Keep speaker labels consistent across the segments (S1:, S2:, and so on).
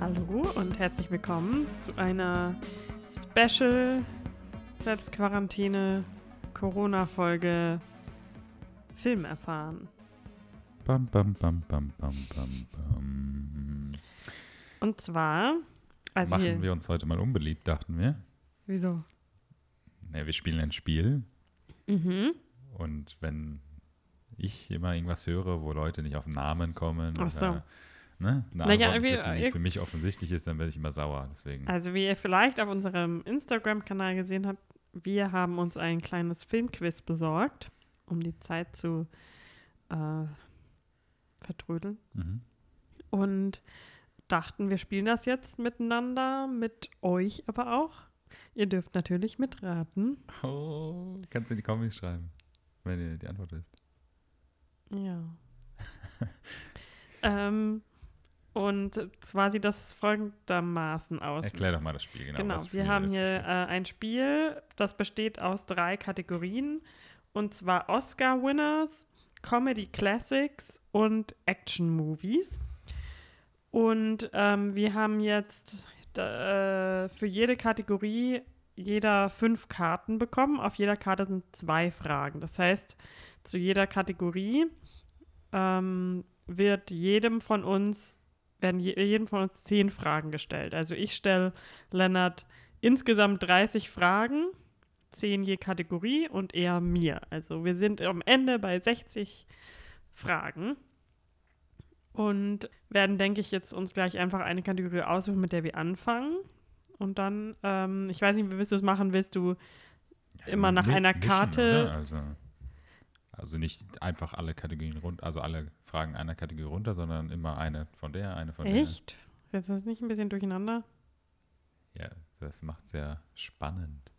S1: Hallo und herzlich willkommen zu einer Special Selbstquarantäne Corona Folge Film erfahren.
S2: Bam, bam, bam, bam, bam, bam, bam.
S1: Und zwar, also
S2: Machen
S1: hier,
S2: wir uns heute mal unbeliebt, dachten wir.
S1: wieso?
S2: Ne, wir spielen ein Spiel
S1: Mhm.
S2: und wenn ich immer irgendwas höre, wo Leute nicht auf den Namen kommen
S1: Ach so.
S2: oder ne, eine
S1: Na ja,
S2: Antwort
S1: irgendwie-
S2: nicht wissen, die
S1: irg-
S2: für mich offensichtlich ist, dann werde ich immer sauer. Deswegen.
S1: Also wie ihr vielleicht auf unserem Instagram-Kanal gesehen habt, wir haben uns ein kleines Filmquiz besorgt, um die Zeit zu äh, vertrödeln.
S2: Mhm.
S1: Und dachten, wir spielen das jetzt miteinander, mit euch aber auch. Ihr dürft natürlich mitraten.
S2: Oh, kannst du in die Kommis schreiben, wenn ihr die Antwort wisst.
S1: Ja. ähm, und zwar sieht das folgendermaßen aus.
S2: Erklär doch mal das Spiel genau.
S1: Genau,
S2: was
S1: wir
S2: spielen
S1: haben
S2: denn
S1: hier
S2: für
S1: äh, ein Spiel, das besteht aus drei Kategorien. Und zwar Oscar-Winners, Comedy Classics und Action-Movies. Und ähm, wir haben jetzt äh, für jede Kategorie jeder fünf Karten bekommen. Auf jeder Karte sind zwei Fragen. Das heißt, zu jeder Kategorie ähm, wird jedem von uns, werden je, jedem von uns zehn Fragen gestellt. Also ich stelle Lennart insgesamt 30 Fragen, 10 je Kategorie und er mir. Also wir sind am Ende bei 60 Fragen und werden, denke ich, jetzt uns gleich einfach eine Kategorie aussuchen, mit der wir anfangen. Und dann, ähm, ich weiß nicht, wie willst du es machen? Willst du
S2: Spiel?
S1: immer nach
S2: mi-
S1: einer
S2: mischen,
S1: Karte-
S2: oder? Also, also nicht einfach alle Kategorien runter, also alle Fragen einer Kategorie runter, sondern immer eine von der, eine von der.
S1: echt? Jetzt ist das nicht ein bisschen durcheinander?
S2: Ja, das macht sehr spannend.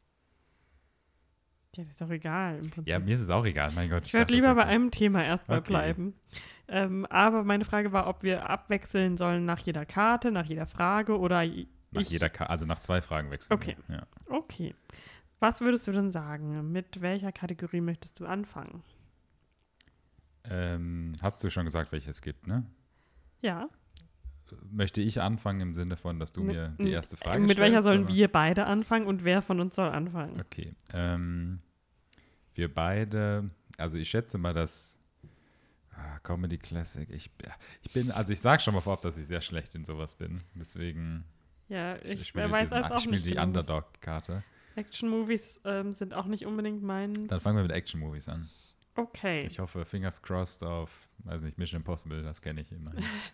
S1: Ja, das ist doch egal. Im Prinzip.
S2: Ja, mir ist es auch egal, mein Gott.
S1: Ich
S2: dachte,
S1: würde
S2: das
S1: lieber
S2: wär
S1: bei
S2: cool.
S1: einem Thema erstmal
S2: Okay.
S1: bleiben. Ähm, aber meine Frage war, ob wir abwechseln sollen nach jeder Karte, nach jeder Frage oder. i-
S2: Nach
S1: ich-
S2: jeder Ka also nach zwei Fragen wechseln.
S1: Okay.
S2: wir. Ja.
S1: Okay. Was würdest du denn sagen? Mit welcher Kategorie möchtest du anfangen?
S2: Ähm, hast du schon gesagt, welche es gibt, ne?
S1: Ja.
S2: Möchte ich anfangen im Sinne von, dass du
S1: Mit-
S2: mir die erste Frage
S1: Mit welcher
S2: stellst,
S1: sollen
S2: oder?
S1: wir beide anfangen und wer von uns soll anfangen?
S2: Okay. Ähm, wir beide, also ich schätze mal, dass ah, Comedy Classic, ich, ich bin, also ich sag schon mal vorab, dass ich sehr schlecht in sowas bin. Deswegen
S1: Ja, ich,
S2: Also ich
S1: wer
S2: spiele,
S1: weiß
S2: diesen,
S1: als
S2: ich
S1: auch
S2: spiele
S1: nicht.
S2: die
S1: genau.
S2: Underdog-Karte.
S1: Action-Movies ähm, sind auch nicht unbedingt mein.
S2: Dann fangen wir mit Action-Movies an.
S1: Okay.
S2: Ich hoffe, fingers crossed auf, weiß nicht, Mission Impossible, das kenne ich immer.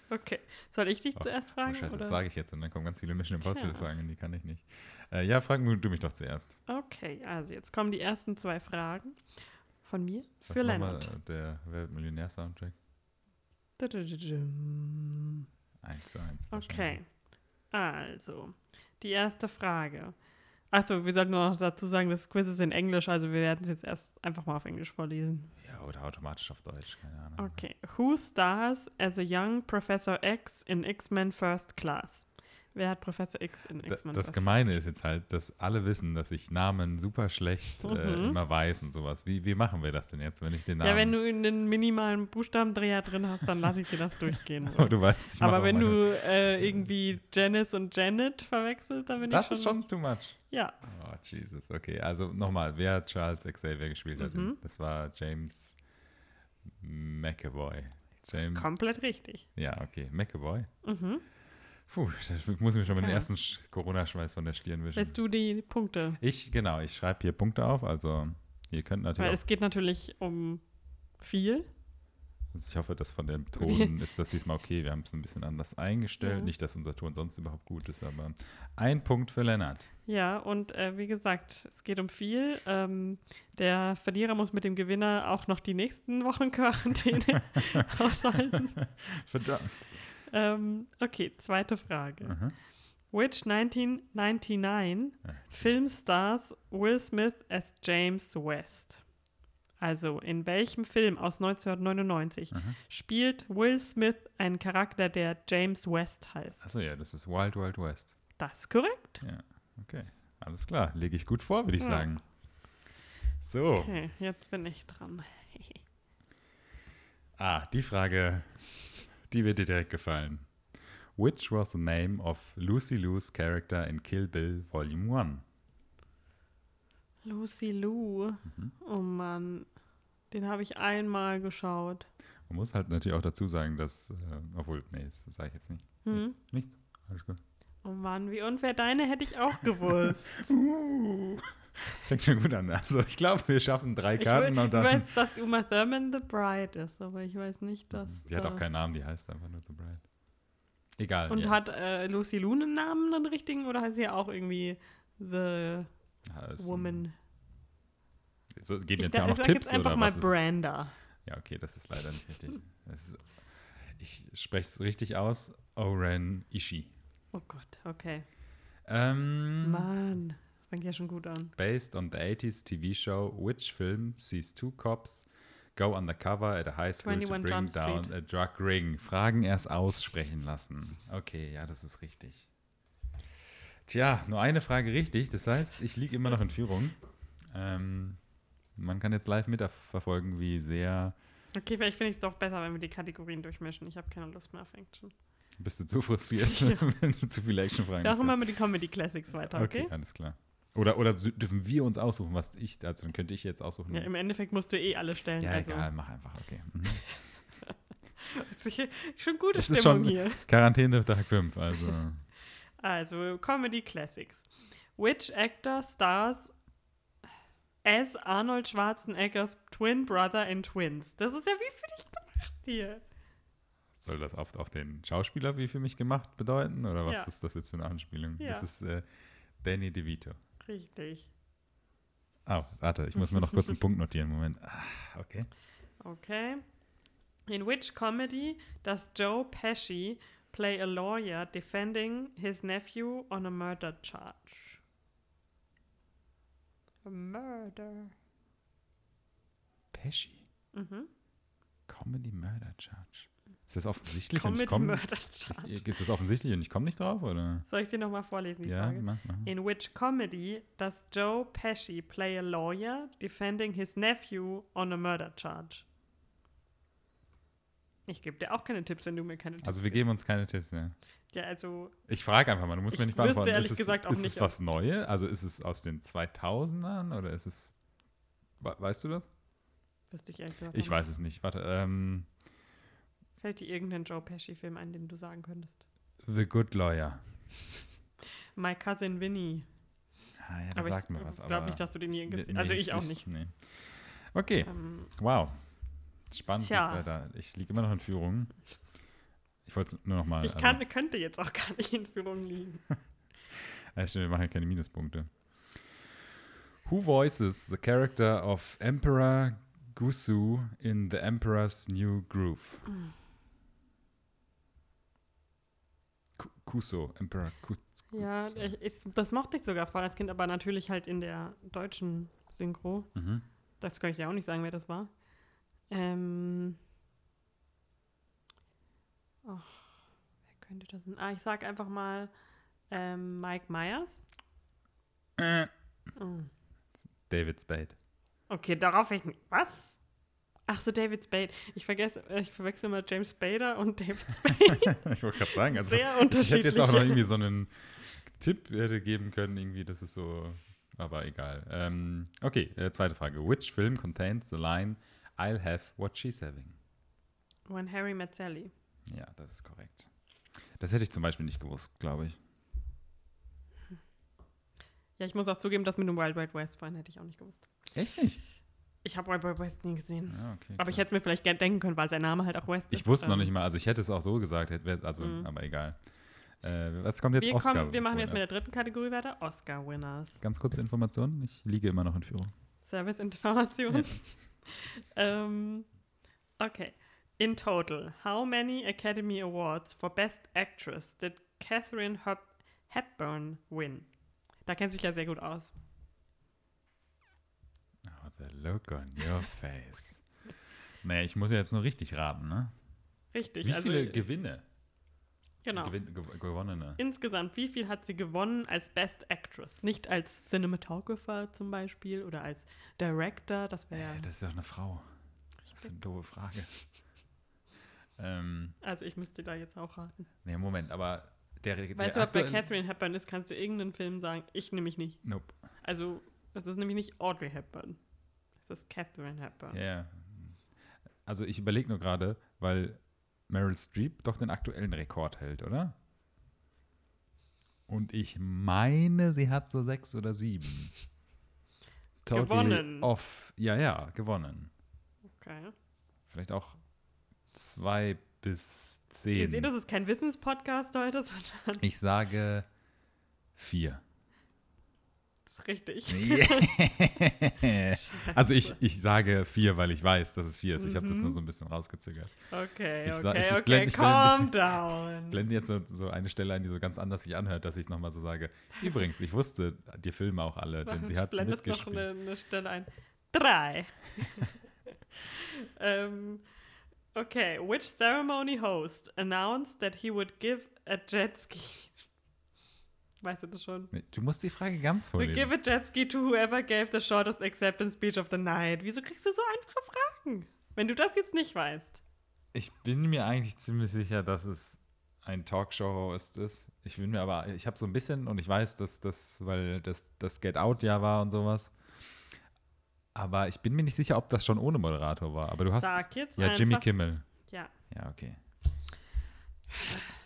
S1: Okay. Soll ich dich
S2: Oh,
S1: zuerst
S2: Oh,
S1: fragen?
S2: Scheiße,
S1: oder?
S2: das sage ich jetzt und dann kommen ganz viele Mission Impossible
S1: Tja.
S2: Fragen, die kann ich nicht. Äh, ja, frag du mich doch zuerst.
S1: Okay, also jetzt kommen die ersten zwei Fragen von mir
S2: Was
S1: für
S2: ist nochmal,
S1: Lennart.
S2: äh, Der Weltmillionär Soundtrack
S1: Dudududum.
S2: 1 zu 1. wahrscheinlich.
S1: Okay, also die erste Frage. Achso, wir sollten noch dazu sagen, das Quiz ist in Englisch, also wir werden es jetzt erst einfach mal auf Englisch vorlesen.
S2: Ja, oder automatisch auf Deutsch, keine Ahnung.
S1: Okay, who stars as a young Professor X in X-Men First Class? Wer hat Professor X in
S2: Da,
S1: X-Men
S2: das
S1: First
S2: Gemeine ist jetzt halt, dass alle wissen, dass ich Namen super schlecht
S1: Mhm.
S2: äh, immer weiß und sowas. Wie, wie machen wir das denn jetzt, wenn ich den Namen.
S1: Ja, wenn du einen minimalen Buchstabendreher drin hast, dann lasse ich dir das durchgehen.
S2: Oh, du weißt, ich mach
S1: Aber
S2: auch
S1: wenn
S2: meine-
S1: du äh, irgendwie Janice und Janet verwechselst, dann bin
S2: Das
S1: ich
S2: ist schon too much.
S1: Ja,
S2: Oh, Jesus. Okay, also nochmal, wer Charles Xavier gespielt hat,
S1: Mhm.
S2: das war James McAvoy. James,
S1: komplett richtig.
S2: ja, okay, McAvoy.
S1: Mhm.
S2: Puh, das muss ich mir schon mal den
S1: Ja.
S2: ersten Sch- Corona-Schweiß von der Stirn wischen.
S1: Weißt du die Punkte?
S2: Ich, genau, ich schreibe hier Punkte auf, also ihr könnt natürlich
S1: Weil
S2: auch
S1: es geht natürlich um viel.
S2: Also Ich hoffe, dass von dem Ton ist das diesmal okay. Wir haben es ein bisschen anders eingestellt.
S1: Ja.
S2: Nicht, dass unser Ton sonst überhaupt gut ist, aber ein Punkt für Lennart.
S1: Ja, und äh, wie gesagt, es geht um viel. Ähm, der Verlierer muss mit dem Gewinner auch noch die nächsten Wochen Quarantäne aushalten.
S2: Verdammt.
S1: Ähm, okay, zweite Frage.
S2: Mhm.
S1: Which 1999 film stars Will Smith as James West? Also in welchem Film aus 1999 spielt Will Smith einen Charakter, der James West heißt?
S2: Achso, ja, das ist Wild Wild West.
S1: Das ist korrekt.
S2: Ja, okay. Alles klar, lege ich gut vor, würde ich
S1: Ja.
S2: sagen. So,
S1: Okay, jetzt bin ich dran.
S2: ah, die Frage, die wird dir direkt gefallen. Which was the name of Lucy Lou's character in Kill Bill Volume 1?
S1: Lucy Lou.
S2: Mhm.
S1: Oh Mann, den habe ich einmal geschaut.
S2: Man muss halt natürlich auch dazu sagen, dass, äh, obwohl, nee, das sage ich jetzt nicht.
S1: Hm?
S2: Nichts? Alles gut.
S1: Oh Mann, wie unfair deine hätte ich auch gewusst.
S2: Uh, fängt schon gut an. Also ich glaube, wir schaffen drei
S1: ich
S2: Karten
S1: wü-
S2: und
S1: ich
S2: dann.
S1: weiß, dass Uma Thurman The Bride ist, aber ich weiß nicht, dass.
S2: Die Mhm. hat auch
S1: äh,
S2: keinen Namen, die heißt einfach nur The Bride. Egal.
S1: Und
S2: ja.
S1: hat äh, Lucy Lou einen Namen, einen richtigen, oder heißt sie auch irgendwie The
S2: Ja, ist ein-
S1: Woman?
S2: So,
S1: Ich
S2: geben jetzt ja auch
S1: da-
S2: noch
S1: sag jetzt
S2: Tipps
S1: einfach
S2: oder
S1: mal
S2: was? Ist?
S1: Branda.
S2: Ja, okay, das ist leider nicht richtig. Das ist, ich spreche es richtig aus. Oren Ishii.
S1: Oh Gott, okay.
S2: Ähm,
S1: Mann, fängt ja schon gut an.
S2: Based on the 80s TV show, which film sees two cops go undercover at a high school to
S1: 21
S2: bring
S1: Jump
S2: down
S1: Street.
S2: a drug ring? Fragen erst aussprechen lassen. Okay, ja, das ist richtig. Tja, nur eine Frage richtig. Das heißt, ich liege immer noch in Führung. Ähm, man kann jetzt live mitverfolgen, wie sehr
S1: Okay, vielleicht finde ich es doch besser, wenn wir die Kategorien durchmischen. Ich habe keine Lust mehr auf Action.
S2: bist du zu frustriert, wenn du zu viele Action-Fragen
S1: Machen wir mal die Comedy Classics weiter, okay?
S2: Okay, alles klar. Oder, oder so- dürfen wir uns aussuchen, was ich, also dann könnte ich jetzt aussuchen.
S1: Ja, im Endeffekt musst du eh alle stellen.
S2: Ja,
S1: also.
S2: egal, mach einfach, okay. Mhm.
S1: Schon gute
S2: Das
S1: Stimmung
S2: ist schon-
S1: hier.
S2: Quarantäne Tag 5, also.
S1: Also, Comedy Classics. Which actor stars as Arnold Schwarzeneggers twin brother in Twins? Das ist ja wie für dich gemacht hier.
S2: Soll das oft auch den Schauspieler wie für mich gemacht bedeuten? Oder was
S1: Ja.
S2: ist das jetzt für eine Anspielung?
S1: Ja.
S2: Das ist äh, Danny DeVito.
S1: Richtig.
S2: Oh, warte, ich muss mir noch kurz einen Punkt notieren. Moment. Ah, okay.
S1: Okay. In which comedy does Joe Pesci play a lawyer defending his nephew on a murder charge? A murder.
S2: Pesci.
S1: Mhm.
S2: Comedy Murder Charge. Ist das offensichtlich? und ich
S1: Comedy
S2: komm,
S1: Murder Charge.
S2: Ist das offensichtlich und ich komme nicht drauf? Oder?
S1: Soll ich sie nochmal vorlesen, die
S2: Ja,
S1: Frage?
S2: mach, mach.
S1: In which comedy does Joe Pesci play a lawyer defending his nephew on a murder charge? Ich gebe dir auch keine Tipps, wenn du mir keine Tipps
S2: Also, wir geben uns keine Tipps, ja.
S1: gibst. Ja, also,
S2: Ich frage einfach mal, du musst
S1: Ich
S2: mir nicht
S1: wüsste
S2: beantworten.
S1: ehrlich
S2: ist es,
S1: gesagt auch
S2: ist
S1: nicht,
S2: es was Neues? Also ist es aus den 2000ern oder ist es. We- Weißt du das?
S1: wüsste ich ehrlich gesagt.
S2: Ich
S1: noch
S2: weiß es nicht. Warte. Ähm,
S1: nicht. Fällt dir irgendein Joe Pesci-Film ein, den du sagen könntest?
S2: The Good Lawyer.
S1: My Cousin Vinny.
S2: Ah, ja, das
S1: Aber
S2: sagt
S1: ich
S2: mir was.
S1: glaube
S2: aber
S1: nicht, dass du den je
S2: ich-
S1: gesehen hast. Also ich auch nicht.
S2: nee. Okay,
S1: Ähm,
S2: wow. Spannend
S1: Tja.
S2: geht's weiter. Ich liege immer noch in Führung. Ich wollte es nur noch mal.
S1: ich kann, könnte jetzt auch gar nicht in Führung liegen.
S2: Also, ja, stimmt, wir machen ja keine Minuspunkte. Who voices the character of Emperor Gusu in The Emperor's New Groove?
S1: Mm.
S2: Ku- Kuso, Emperor Kuso.
S1: Ja, ich, ich, das mochte ich sogar vorher als Kind, aber natürlich halt in der deutschen Synchro.
S2: Mhm.
S1: Das kann ich ja auch nicht sagen, wer das war. Ähm. Ach, wer könnte das denn? Ah, ich sag einfach mal ähm, Mike Myers.
S2: Äh,
S1: Oh.
S2: David Spade.
S1: Okay, darauf ich nicht. Was? Ach so, David Spade. Ich vergesse, äh, ich verwechsel immer James Spader und David Spade.
S2: ich wollte gerade sagen, also
S1: Sehr
S2: ich
S1: unterschiedlich.
S2: hätte jetzt auch noch irgendwie so einen Tipp hätte geben können, irgendwie, das ist so, aber egal. Ähm, okay, äh, zweite Frage. Which film contains the line I'll have what she's having?
S1: When Harry Met Sally.
S2: Ja, das ist korrekt. Das hätte ich zum Beispiel nicht gewusst, glaube ich.
S1: Ja, ich muss auch zugeben, dass mit dem Wild Wild West vorhin hätte ich auch nicht gewusst.
S2: Echt nicht?
S1: Ich habe Wild Wild West nie gesehen.
S2: Ja, okay.
S1: Aber ich hätte es mir vielleicht gerne denken können, weil sein Name halt auch West ist.
S2: ich wusste noch
S1: Ähm,
S2: nicht mal, also ich hätte es auch so gesagt, hätte- wär- also,
S1: Mhm.
S2: aber egal. Äh, was kommt jetzt
S1: Wir,
S2: Oscar?
S1: kommen, wir machen jetzt mit der
S2: Winners?
S1: dritten Kategorie weiter. Oscar-Winners.
S2: Ganz kurze Informationen, ich liege immer noch in Führung.
S1: Serviceinformation. ähm, okay. In total, how many Academy Awards for Best Actress did Catherine Hep Hepburn win? Da kennst du dich ja sehr gut aus.
S2: Oh, the look on your face. naja, ich muss ja jetzt nur richtig raten, ne?
S1: Richtig.
S2: Wie
S1: also,
S2: viele Gewinne?
S1: genau.
S2: Gewin gew gewonnene.
S1: Insgesamt, wie viel hat sie gewonnen als Best Actress? Nicht als Cinematographer zum Beispiel oder als Director, das wäre
S2: Äh, das ist doch eine Frau. Das ist eine doofe Frage. ähm,
S1: Also ich müsste da jetzt auch raten.
S2: nee, Moment, aber der
S1: Weißt
S2: der
S1: du, was bei
S2: aktuelle-
S1: Catherine Hepburn ist, kannst du irgendeinen Film sagen, ich nehme mich nicht.
S2: Nope.
S1: Also, das ist nämlich nicht Audrey Hepburn. Das ist Catherine Hepburn.
S2: Ja. ja. Also ich überlege nur gerade, weil Meryl Streep doch den aktuellen Rekord hält, oder? Und ich meine, sie hat so sechs oder sieben.
S1: Gewonnen.
S2: Off. Ja, ja, gewonnen.
S1: Okay.
S2: Vielleicht auch zwei bis
S1: Ihr seht, das
S2: zehn.
S1: ist kein Wissenspodcast heute, sondern
S2: Ich sage vier.
S1: das ist richtig.
S2: Yeah. also ich, ich sage vier, weil ich weiß, dass es vier ist. Ich habe das nur so ein bisschen rausgezögert.
S1: Okay,
S2: Ich
S1: okay,
S2: sa- ich
S1: okay,
S2: blend- ich
S1: calm down.
S2: Blende jetzt so, so eine Stelle ein, die so ganz anders sich anhört, dass ich nochmal so sage, übrigens, ich wusste die Filme auch alle, denn sie
S1: ich
S2: hat
S1: blende jetzt noch eine,
S2: mitgespielt.
S1: eine Stelle ein. Drei. ähm, okay, which ceremony host announced that he would give a jet ski? Weißt du das schon?
S2: Nee, Du musst die Frage ganz
S1: We give
S2: vorlesen.
S1: a jet ski to whoever gave the shortest acceptance speech of the night. Wieso kriegst du so einfache Fragen? Wenn du das jetzt nicht weißt.
S2: Ich bin mir eigentlich ziemlich sicher, dass es ein Talkshow-Host ist. Ich bin mir aber, ich habe so ein bisschen und ich weiß, dass das, weil das, das Get Out ja war und sowas. Aber ich bin mir nicht sicher, ob das schon ohne Moderator war. Aber du hast.
S1: Sag jetzt
S2: ja, Jimmy
S1: einfach-
S2: Kimmel.
S1: Ja.
S2: Ja, okay.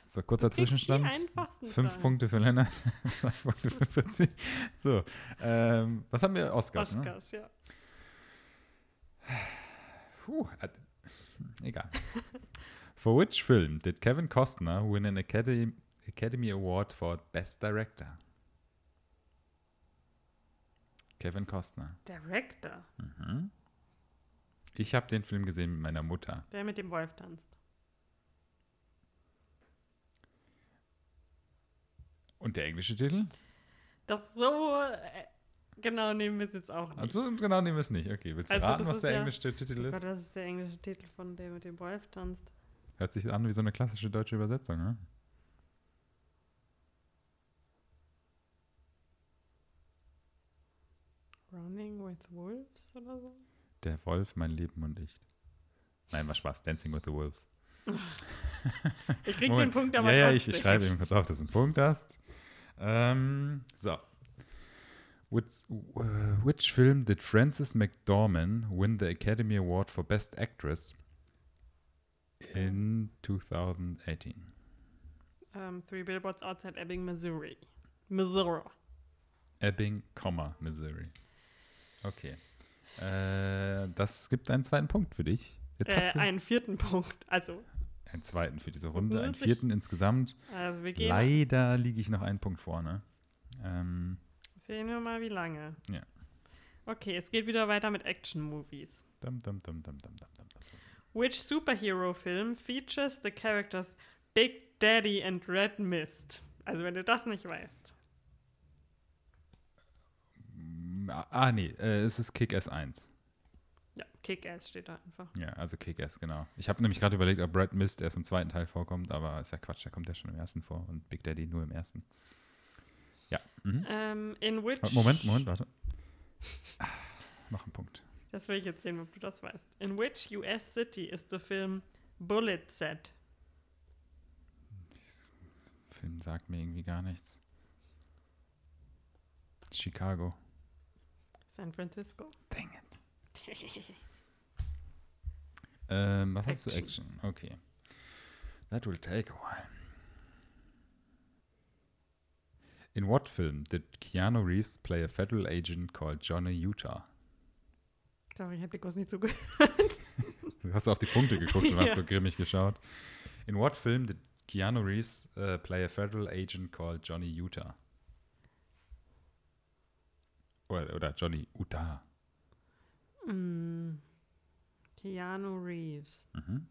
S2: So, kurzer
S1: kriegst die
S2: Zwischenstand.
S1: einfachsten
S2: Fünf
S1: Fragen.
S2: Punkte für Lennart. Fünf Punkte für Fritzi. So, ähm, was haben wir? Oscars, ne?
S1: Oscars, ja.
S2: Puh, hat- egal. for which film did Kevin Costner win an Academy, Academy Award for Best Director? Kevin Costner.
S1: Director.
S2: Ich habe den Film gesehen mit meiner Mutter.
S1: Der mit dem Wolf tanzt.
S2: Und der englische Titel?
S1: Das so äh, genau nehmen wir es jetzt auch nicht.
S2: Also genau nehmen wir es nicht. Okay, willst du
S1: Also,
S2: raten,
S1: das
S2: was
S1: ist
S2: der
S1: ja-
S2: englische Titel
S1: oh
S2: ist?
S1: Gott, das ist der englische Titel von der mit dem Wolf tanzt.
S2: Hört sich an wie so eine klassische deutsche Übersetzung, ne?
S1: Running with Wolves oder so?
S2: Der Wolf, mein Leben und ich. Nein, war Spaß. Dancing with the Wolves.
S1: Ich krieg
S2: Moment.
S1: den Punkt aber
S2: Ja, ja, ich,
S1: trotzdem.
S2: ich schreibe eben kurz auf, dass du einen Punkt hast. Ähm, so. Which, uh, which film did Frances McDormand win the Academy Award for Best Actress in 2018?
S1: Ähm, Three Billboards Outside Ebbing, Missouri. Missouri.
S2: Ebbing, Komma, Missouri. Okay. Äh, das gibt einen zweiten Punkt für dich. Jetzt
S1: Äh,
S2: hast du
S1: einen vierten Punkt. Also,
S2: einen zweiten für diese Runde, einen
S1: Wirklich?
S2: vierten insgesamt.
S1: also wir gehen.
S2: Leider liege ich noch einen Punkt vorne. Ähm,
S1: Sehen wir mal, wie lange.
S2: Ja.
S1: Okay, es geht wieder weiter mit Action-Movies.
S2: dum, dum, dum, dum, dum, dum, dum.
S1: Which superhero film features the characters Big Daddy and Red Mist? Also wenn du das nicht weißt.
S2: dum. Ah, ah, nee, äh, es ist Kick-Ass 1.
S1: Ja, Kick-Ass steht da einfach.
S2: Ja, also Kick-Ass, genau. Ich habe nämlich gerade überlegt, ob Brad Mist erst im zweiten Teil vorkommt, aber ist ja Quatsch, da kommt er schon im ersten vor und Big Daddy nur im ersten. Ja. Mhm.
S1: Ähm, in which...
S2: Oh, Moment, Moment, warte. Ah, Noch ein Punkt.
S1: Das will ich jetzt sehen, ob du das weißt. In which US city is the film Bullet Set?
S2: Film sagt mir irgendwie gar nichts. Chicago.
S1: San Francisco.
S2: Dang it. Ähm, was hast du? Action. Okay. That will take a while. In what film did Keanu Reeves play a federal agent called Johnny Utah?
S1: Sorry, ich habe dir kurz nicht zugehört.
S2: Du hast auf die Punkte geguckt und hast
S1: Ja.
S2: so grimmig geschaut. In what film did Keanu Reeves äh, play a federal agent called Johnny Utah? Oder, oder Johnny Utah.
S1: Mm. Keanu Reeves.
S2: Mhm.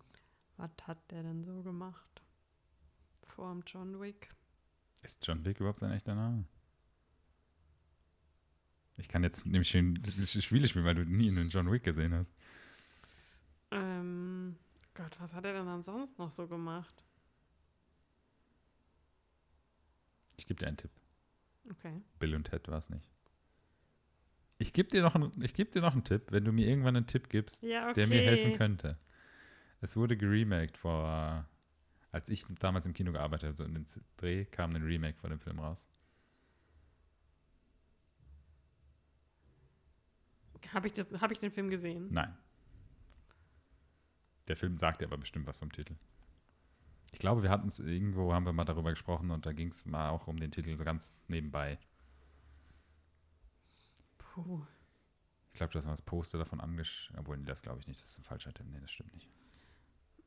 S1: Was hat der denn so gemacht? Vor dem John Wick.
S2: Ist John Wick überhaupt sein echter Name? Ich kann jetzt nämlich schön Spiele spielen, weil du nie einen John Wick gesehen hast.
S1: Ähm, Gott, was hat er denn ansonsten noch so gemacht?
S2: Ich gebe dir einen Tipp.
S1: Okay.
S2: Bill und Ted war es nicht. Ich gebe dir, noch einen- ich geb dir noch einen Tipp, wenn du mir irgendwann einen Tipp gibst,
S1: Ja, okay.
S2: der mir helfen könnte. Es wurde geremaked vor, als ich damals im Kino gearbeitet habe, so in den Z- Dreh, kam ein Remake von dem Film raus.
S1: Habe ich, das- hab ich den Film gesehen?
S2: Nein. Der Film sagt dir aber bestimmt was vom Titel. Ich glaube, wir hatten es irgendwo, haben wir mal darüber gesprochen und da ging es mal auch um den Titel so ganz nebenbei.
S1: Puh.
S2: Ich glaube, du hast mal das Poster davon angeschaut. Obwohl, nee, das glaube ich nicht. Das ist ein falscher Tipp. Nee, das stimmt nicht.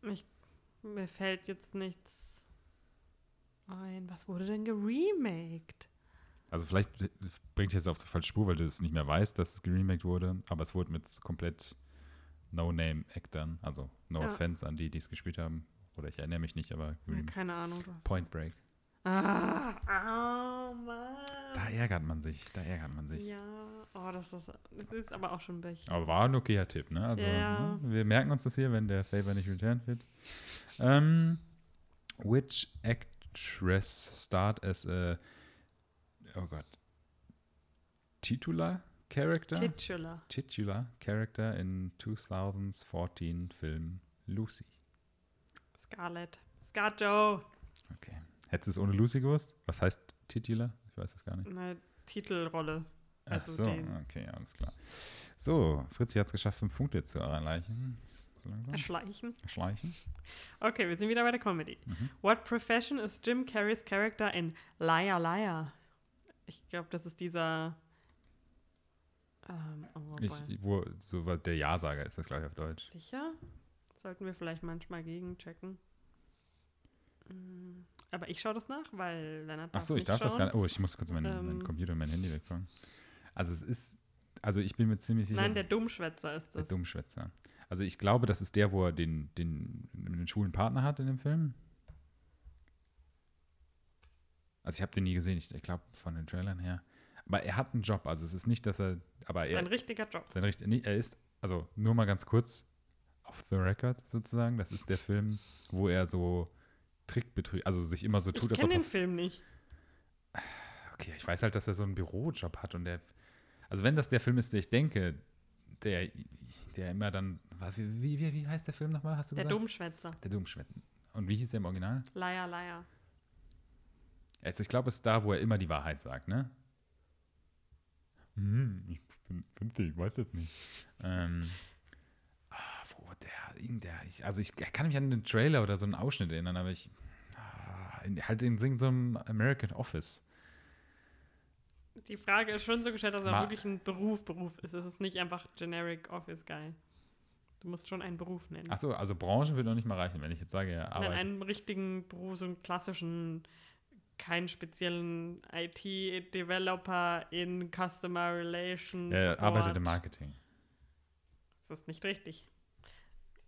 S1: Ich, mir fällt jetzt nichts ein. Was wurde denn geremaked?
S2: Also vielleicht bringt ich jetzt auf die falsche Spur, weil du es nicht mehr weißt, dass es geremaked wurde, aber es wurde mit komplett No-Name-Actern, also no
S1: Ja.
S2: offense an die, die es gespielt haben. Oder ich erinnere mich nicht, aber
S1: Ja,
S2: geremaked.
S1: keine Ahnung. Du hast
S2: Point Break.
S1: Ah, oh Mann.
S2: Da ärgert man sich, da ärgert man sich.
S1: ja, oh, das ist, das ist aber auch schon ein bisschen.
S2: Aber war ein okayer Tipp, ne? Also,
S1: Ja.
S2: ne? Wir merken uns das hier, wenn der Favor nicht returned wird. Ähm, which actress starred as a, oh Gott, titular character?
S1: Titular.
S2: titular character in 2014 Film Lucy.
S1: Scarlett. Scarlett Joe.
S2: Okay. Hättest du es ohne Lucy gewusst? Was heißt titular? Ich weiß es gar nicht.
S1: Eine Titelrolle.
S2: Ach
S1: Also
S2: so,
S1: den-
S2: okay, alles klar. So, Fritzi hat es geschafft, fünf Punkte zu erreichen. So langsam.
S1: Erschleichen.
S2: Schleichen.
S1: Okay, wir sind wieder bei der Comedy.
S2: Mhm.
S1: What profession is Jim Carreys Character in Liar Liar? Ich glaube, das ist dieser. Ähm, oh, wobei.
S2: Ich, wo, so war der Ja-Sager ist das, glaube ich, auf Deutsch.
S1: Sicher? Sollten wir vielleicht manchmal gegenchecken. Mm, Aber ich schaue das nach, weil Lennart.
S2: Ach so, ich darf das gar nicht. Oh, ich muss kurz meinen meinen
S1: Ähm.
S2: Computer und mein Handy wegfangen. Also es ist, also ich bin mir ziemlich sicher.
S1: Nein, der Dummschwätzer ist
S2: Der
S1: das.
S2: Dummschwätzer. Also ich glaube, das ist der, wo er den, den, den schwulen Partner hat in dem Film. Also ich habe den nie gesehen, ich, ich glaube von den Trailern her. Aber er hat einen Job, also es ist nicht, dass er, aber
S1: Sein
S2: er,
S1: richtiger Job.
S2: sein Richt, nee, er ist, also nur mal ganz kurz, off the record sozusagen, das ist der Film, wo er so Trickbetrüger, also sich immer so tut,
S1: ich
S2: als ob
S1: kenne
S2: er
S1: den Film nicht.
S2: Okay, ich weiß halt, dass er so einen Bürojob hat und der. Also, wenn das der Film ist, der ich denke, der, der immer dann. was- Wie, wie, wie heißt der Film nochmal? Hast du
S1: Der
S2: gesagt?
S1: Dummschwätzer.
S2: Der Dummschwätzen. Und wie hieß der im Original?
S1: Liar, Liar.
S2: Also, ich glaube, es ist da, wo er immer die Wahrheit sagt, ne? Hm, ich bin 50, ich weiß das nicht. Ähm. Ah, wo der, irgendwer. Ich, also, ich kann mich an den Trailer oder so einen Ausschnitt erinnern, aber ich. Ah, in, halt in so einem American Office.
S1: Die Frage ist schon so gestellt, dass er
S2: Ma-
S1: wirklich ein Beruf, Beruf ist. Es ist nicht einfach Generic Office Guy. Du musst schon einen Beruf nennen.
S2: Achso, also Branche würde noch nicht mal reichen, wenn ich jetzt sage, ja,
S1: Nein,
S2: aber.
S1: einen richtigen Beruf, so einen klassischen, keinen speziellen IT-Developer in Customer Relations.
S2: Er arbeitet
S1: Support.
S2: im Marketing.
S1: Das ist nicht richtig.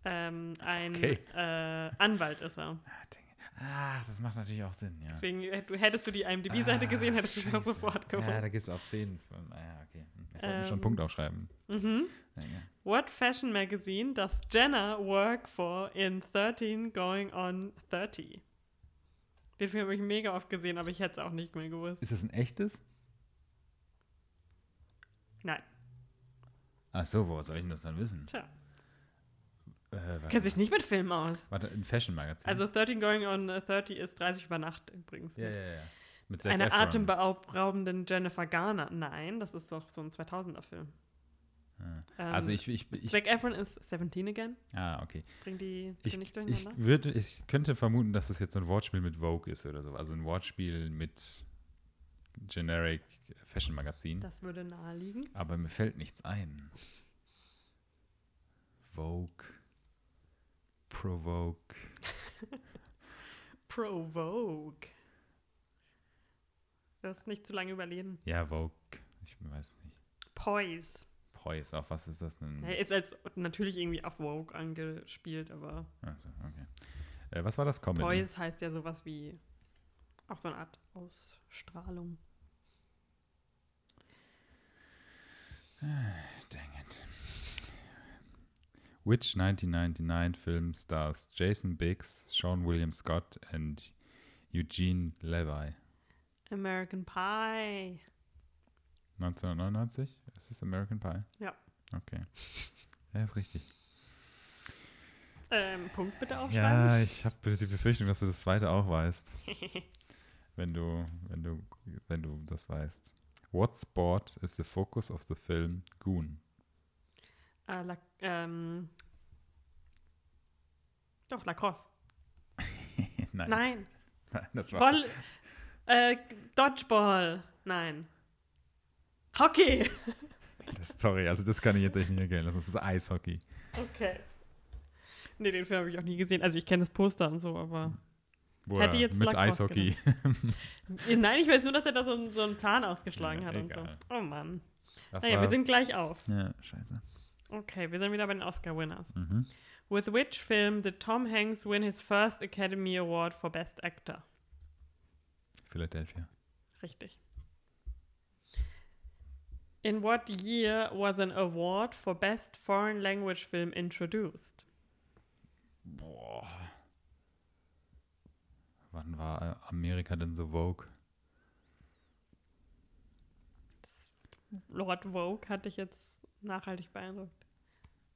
S1: Ähm, ein
S2: Okay.
S1: äh, Anwalt ist er.
S2: Ah, Dinge. ah, das macht natürlich auch Sinn, ja.
S1: Deswegen hätt- du- hättest du die IMDb-Seite gesehen, hättest du es auch
S2: Ah, Scheiße.
S1: sofort
S2: Ja,
S1: gewonnen.
S2: da gibt es auch Szenen. Von, ah, ja, okay. Hm, Ich wollte mir schon
S1: Ähm.
S2: einen Punkt aufschreiben.
S1: mhm.
S2: Ja, ja.
S1: What fashion magazine does Jenna work for in 13 Going on 30? Den Film habe ich mega oft gesehen, aber ich hätte es auch nicht mehr gewusst.
S2: Ist das ein echtes?
S1: Nein,
S2: Ach so, woher soll ich denn das dann wissen?
S1: tja.
S2: Äh,
S1: Kennt
S2: warte,
S1: sich nicht mit Filmen aus.
S2: warte, ein Fashion-Magazin.
S1: Also 13 Going on 30 ist 30 über Nacht übrigens.
S2: ja,
S1: mit
S2: ja, ja. Mit Zac
S1: Einer
S2: Efron.
S1: atemberaubenden Jennifer Garner. Nein, das ist doch so ein 2000er-Film.
S2: Ah.
S1: Ähm,
S2: Also ich, ich, ich,
S1: Zac Efron ist 17 again.
S2: ah, okay.
S1: Bring die bitte
S2: Ich,
S1: nicht
S2: ich,
S1: durcheinander.
S2: würde, ich könnte vermuten, dass es jetzt so ein Wortspiel mit Vogue ist oder so. Also ein Wortspiel mit Generic Fashion-Magazin.
S1: das würde naheliegen.
S2: Aber mir fällt nichts ein. Vogue. Provoke.
S1: Provoke. Das ist nicht zu lange überleben.
S2: Ja, Vogue. Ich weiß nicht.
S1: Poise.
S2: Poise auch. Was ist das denn?
S1: Er ist als natürlich irgendwie auf Vogue angespielt, aber
S2: Achso, okay. Äh, was war das Comedy?
S1: Poise heißt ja sowas wie auch so eine Art Ausstrahlung.
S2: Dang it. Which 1999 film stars Jason Biggs, Sean William Scott, and Eugene Levy?
S1: American Pie.
S2: 1999? Ist es American Pie?
S1: Ja.
S2: Okay. Ja, ist richtig.
S1: Ähm, Punkt bitte aufschreiben.
S2: Ja, ich habe die Befürchtung, dass du das zweite auch weißt. wenn du, wenn du, wenn du das weißt. What sport is the focus of the film Goon?
S1: Äh, La ähm. Doch, Lacrosse.
S2: Nein.
S1: Nein.
S2: Nein, das war
S1: Voll. Äh, Dodgeball. Nein. Hockey.
S2: das, sorry, also das kann ich jetzt echt nicht erkennen. Das ist Eishockey.
S1: Okay. Nee, den Film habe ich auch nie gesehen. Also ich kenne das Poster und so, aber.
S2: Wo
S1: Hätte
S2: er
S1: jetzt
S2: mit
S1: Lacrosse
S2: Eishockey.
S1: Nein, ich weiß nur, dass er da so, einen- so einen Zahn ausgeschlagen
S2: Ja,
S1: hat
S2: egal.
S1: und so. Oh Mann.
S2: Das
S1: Naja,
S2: war,
S1: wir sind gleich auf.
S2: ja, scheiße.
S1: Okay, wir sind wieder bei den Oscar-Winners.
S2: Mhm.
S1: With which film did Tom Hanks win his first Academy Award for Best Actor?
S2: Philadelphia.
S1: Richtig. In what year was an award for Best Foreign Language Film introduced?
S2: Boah. Wann war äh, Amerika denn so Vogue?
S1: Das Lord Vogue hatte ich jetzt nachhaltig beeindruckt.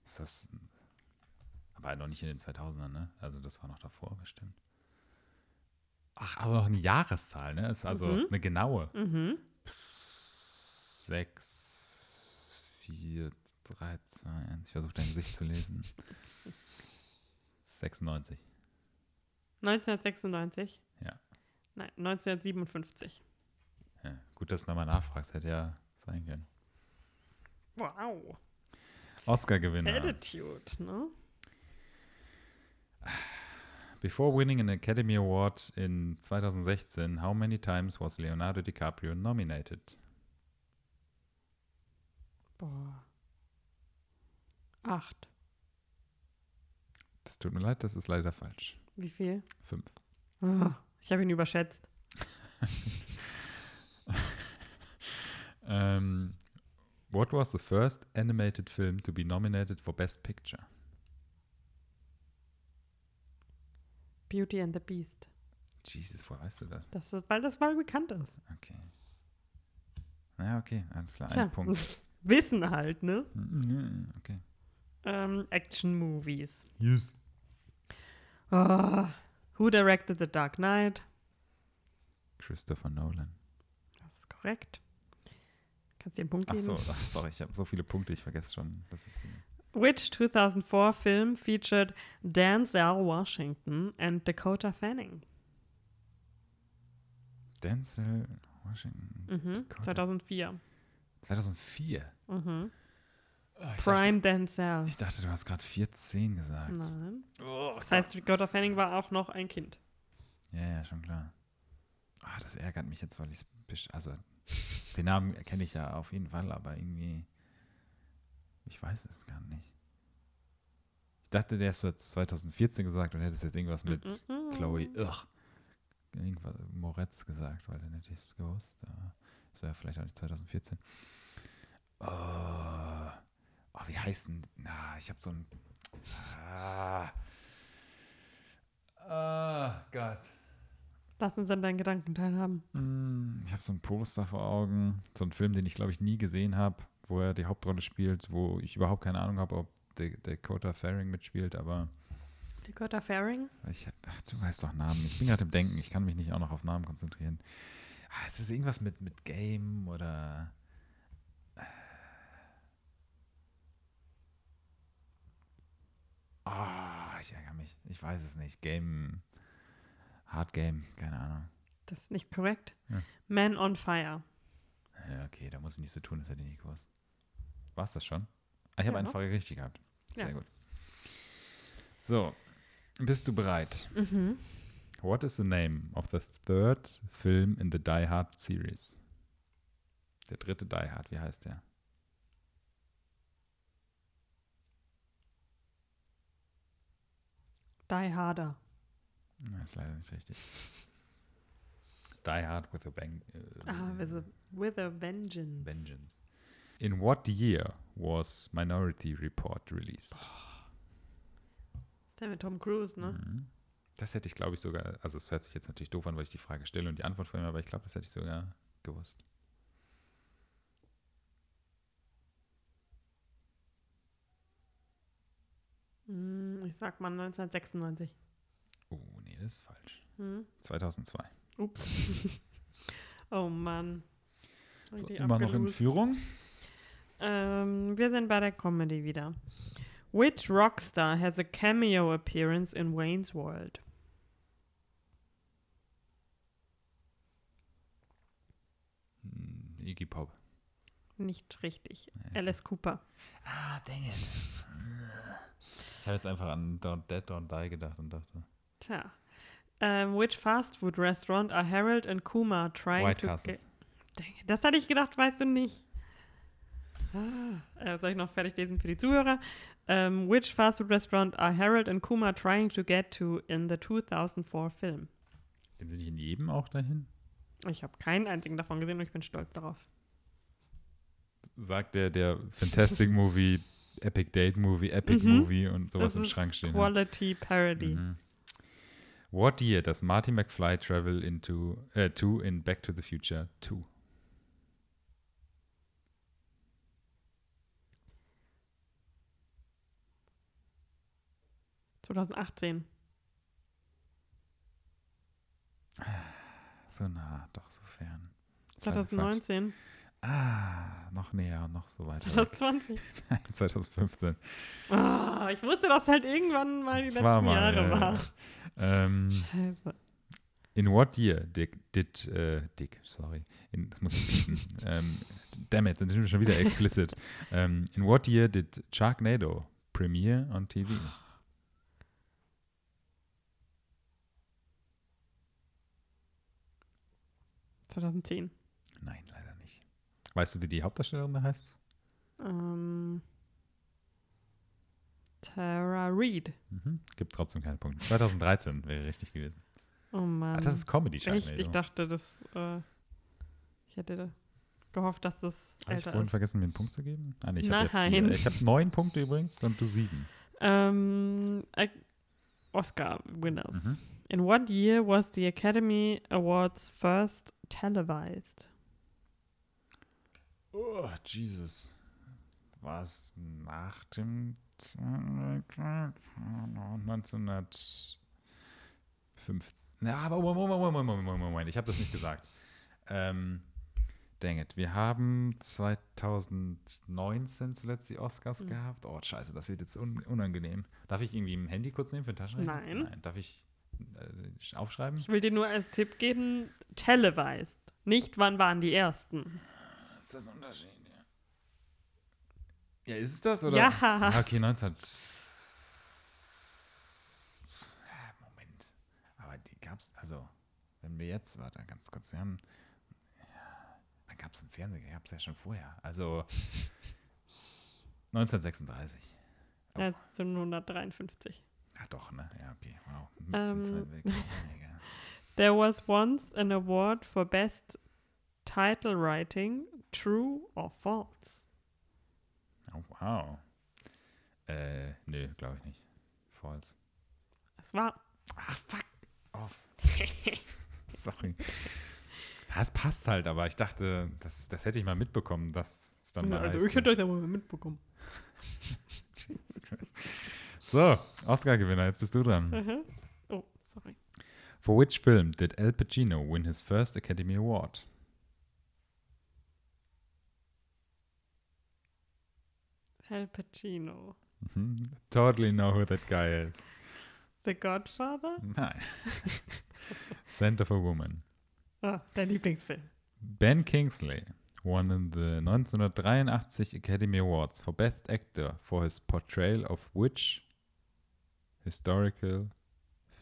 S2: Ist das. Aber noch nicht in den 2000ern, ne? Also, das war noch davor bestimmt. Ach, aber noch eine Jahreszahl, ne? Ist also
S1: Mhm.
S2: eine genaue.
S1: Mhm.
S2: 6, 4, 3, 2, 1. Ich versuche dein Gesicht zu lesen. 96.
S1: 1996?
S2: Ja.
S1: Nein, 1957.
S2: Ja. Gut, dass du nochmal nachfragst. Hätte ja sein können.
S1: Wow.
S2: Oscar-Gewinner.
S1: Attitude, ne?
S2: Before winning an Academy Award in 2016, how many times was Leonardo DiCaprio nominated?
S1: Boah. Acht.
S2: Das tut mir leid, das ist leider falsch.
S1: Wie viel?
S2: Fünf.
S1: Ah, Ich habe ihn überschätzt.
S2: Ähm, what was the first animated film to be nominated for Best Picture?
S1: Beauty and the Beast.
S2: Jesus, woher weißt du das?
S1: Das ist, weil das mal bekannt ist.
S2: Okay. Na, okay, alles klar.
S1: Tja.
S2: Ein Punkt.
S1: Wissen halt, ne?
S2: Mhm, Okay.
S1: Ähm, Action-Movies.
S2: Yes.
S1: Ah, who directed The Dark Knight?
S2: Christopher Nolan.
S1: Das ist korrekt. Kannst dir einen Punkt
S2: Ach
S1: geben?
S2: so, ach, sorry, ich habe so viele Punkte, ich vergesse schon, dass ich sie.
S1: Which 2004 film featured Denzel Washington and Dakota Fanning?
S2: Denzel Washington.
S1: Mhm.
S2: Dakota.
S1: 2004.
S2: 2004.
S1: Mhm.
S2: Oh, ich,
S1: Prime Denzel.
S2: Dachte, ich dachte, du hast gerade 14 gesagt.
S1: Nein.
S2: Oh,
S1: Das heißt, Dakota Fanning war auch noch ein Kind.
S2: Ja, ja, schon klar. Ah, das ärgert mich jetzt, weil ich es. Also, den Namen kenne ich ja auf jeden Fall, aber irgendwie. Ich weiß es gar nicht. Ich dachte, der ist so jetzt 2014 gesagt und hättest jetzt irgendwas mit
S1: Mhm.
S2: Chloe ugh, irgendwas Moretz gesagt, weil dann hätte ich es gewusst. Aber das wäre vielleicht auch nicht 2014. Oh, oh wie heißt denn. Na, ich habe so ein. Ah, ah Gott.
S1: Lass uns an deinen Gedanken teilhaben.
S2: Mm, Ich habe so ein Poster vor Augen, so einen Film, den ich glaube ich nie gesehen habe, wo er die Hauptrolle spielt, wo ich überhaupt keine Ahnung habe, ob Da- Dakota Faring mitspielt, aber
S1: Dakota Fanning?
S2: ich, ach, du weißt doch Namen. Ich bin gerade im Denken, ich kann mich nicht auch noch auf Namen konzentrieren. Ah, es ist irgendwas mit, mit Game oder. äh. Ah, ich ärgere mich. Ich weiß es nicht. Game. Hard Game, keine Ahnung.
S1: Das ist nicht korrekt.
S2: Ja.
S1: Man on Fire.
S2: Ja, okay, da muss ich nicht so tun, das hätte ich nicht gewusst. War es das schon? Ah, ich habe
S1: Ja.
S2: eine Frage richtig gehabt. Sehr
S1: Ja.
S2: gut. So, bist du bereit?
S1: Mhm.
S2: What is the name of the third film in the Die Hard series? Der dritte Die Hard, wie heißt der?
S1: Die Harder.
S2: Hm, Na, ist leider nicht richtig. Die Hard with a Bang. äh,
S1: Ah, with a, with a vengeance.
S2: Vengeance. In what year was Minority Report released?
S1: Ist der mit Tom Cruise, ne?
S2: Mhm. Das hätte ich, glaube ich, sogar, also es hört sich jetzt natürlich doof an, weil ich die Frage stelle und die Antwort von mir, aber ich glaube, das hätte ich sogar gewusst.
S1: Hm, ich sag mal 1996.
S2: Oh, nee, das ist falsch.
S1: Hm?
S2: 2002.
S1: Ups. oh Mann. Hab ich
S2: So,
S1: dich
S2: immer noch in
S1: abgelost.
S2: Führung.
S1: Ähm, wir sind bei der Comedy wieder. Which rockstar has a cameo appearance in Wayne's World?
S2: Hm, Iggy Pop.
S1: Nicht richtig. Alice Cooper.
S2: Ah, dang it. Ich habe jetzt einfach an Don't Dead, Don't Die gedacht und dachte.
S1: Tja. Ähm, which fast food restaurant are Harold and Kuma trying
S2: White
S1: to
S2: Castle.
S1: get- Dang, Das hatte ich gedacht, weißt du nicht. Ah, äh, soll ich noch fertig lesen für die Zuhörer? Ähm, which fast food restaurant are Harold and Kuma trying to get to in the 2004 film?
S2: Sind sie nicht in jedem auch dahin?
S1: Ich habe keinen einzigen davon gesehen und ich bin stolz darauf.
S2: Sagt der, der Fantastic Movie, Epic Date Movie, Epic
S1: Mhm.
S2: Movie und sowas
S1: Das
S2: im
S1: ist
S2: Schrank stehen. hat.
S1: Quality Parody.
S2: Mhm. What year does Marty McFly travel into äh, to in Back to the Future 2?
S1: 2018.
S2: So nah, doch so fern. Das war eine
S1: 2019.
S2: Quatsch. Ah, noch näher und noch so weiter. weg.
S1: 2020.
S2: Nein, 2015.
S1: Ah, ich wusste, dass halt irgendwann mal die
S2: Das
S1: letzten
S2: war mal,
S1: Jahre
S2: ja, ja.
S1: war.
S2: Ähm,
S1: Scheiße.
S2: in what year did, did äh, Dick, sorry, in, das muss ich bieten. ähm, damn it, dann sind wir schon wieder explicit. ähm, in what year did Sharknado premiere on TV?
S1: Scheiße. 2010.
S2: Nein, leider nicht. Weißt du, wie die Hauptdarstellerin da heißt?
S1: Ähm, Tara Reid.
S2: Mhm. Gibt trotzdem keinen Punkt. 2013 wäre richtig gewesen.
S1: Oh Mann.
S2: Ah, das ist comedy
S1: ich,
S2: Sharknado.
S1: ich dachte, das. Äh, ich hätte da gehofft, dass das
S2: Habe ich
S1: älter
S2: vorhin
S1: ist.
S2: vergessen, mir einen Punkt zu geben? Ah, nee, ich Hab ja
S1: Nein.
S2: vier. ich habe neun Punkte übrigens und du sieben.
S1: Ähm, äh, Oscar winners.
S2: Mhm.
S1: In what year was the Academy Awards first televised?
S2: Oh, Jesus. War es nach dem Zweiten Weltkrieg? 1915. Na, aber Moment, Moment, Moment, Moment, Moment, Moment. Ich habe das nicht gesagt. Ähm, dang it. Wir haben 2019 zuletzt die Oscars gehabt. Oh, scheiße, das wird jetzt un unangenehm. Darf ich irgendwie ein Handy kurz nehmen für den Taschenrechner?
S1: Nein.
S2: Nein. Darf ich äh, aufschreiben?
S1: Ich will dir nur als Tipp geben, televised. Nicht, wann waren die ersten.
S2: Ist das ein Unterschied? Ja, ist es das? Oder?
S1: Ja.
S2: okay, 19. Ah, Moment. Aber die gab's, also, wenn wir jetzt, warte ganz kurz, wir haben. ja, Dann gab es im Fernsehen, gab es ja schon vorher. Also 1936. Oh.
S1: 1953.
S2: Ja, doch, ne? Ja, okay, wow. Hm,
S1: Ähm.
S2: Im Zweiten Weltkrieg. Ja, egal.
S1: There was once an award for best title writing, true or false.
S2: Oh, wow. Äh, nö, glaube ich nicht. False.
S1: Es war
S2: Ach, fuck off. Sorry. Ja, es passt halt, aber ich dachte, das, das hätte ich mal mitbekommen, dass es dann mal heißt.
S1: also, euch da mal mitbekommen.
S2: Jesus Christ. So, Oscar-Gewinner, jetzt bist du dran.
S1: Mhm. Oh, sorry.
S2: For which film did Al Pacino win his first Academy Award?
S1: Al Pacino.
S2: Mhm. Totally know who that guy is.
S1: The Godfather?
S2: Nein. Scent of a Woman.
S1: Ah, dein Lieblingsfilm.
S2: Ben Kingsley won the 1983 Academy Awards for Best Actor for his portrayal of which historical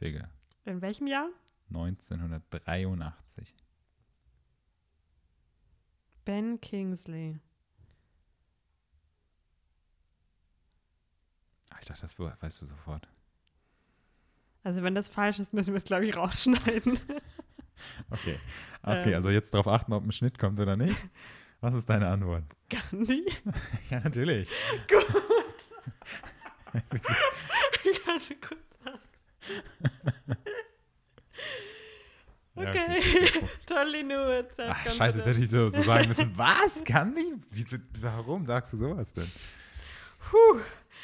S2: figure?
S1: In welchem Jahr?
S2: 1983.
S1: Ben Kingsley.
S2: Ah, ich dachte, das we- weißt du sofort.
S1: Also wenn das falsch ist, müssen wir es, glaube ich, rausschneiden.
S2: Okay. Okay,
S1: Ähm.
S2: also jetzt darauf achten, ob ein Schnitt kommt oder nicht. Was ist deine Antwort?
S1: Gandhi?
S2: Ja, natürlich.
S1: Gut. ich hatte kurz
S2: Ja,
S1: Okay. tolle Nuhe.
S2: Ach, scheiße, jetzt hätte ich so, so sagen müssen, was? Kann ich? Wieso, warum sagst du sowas denn?
S1: Puh,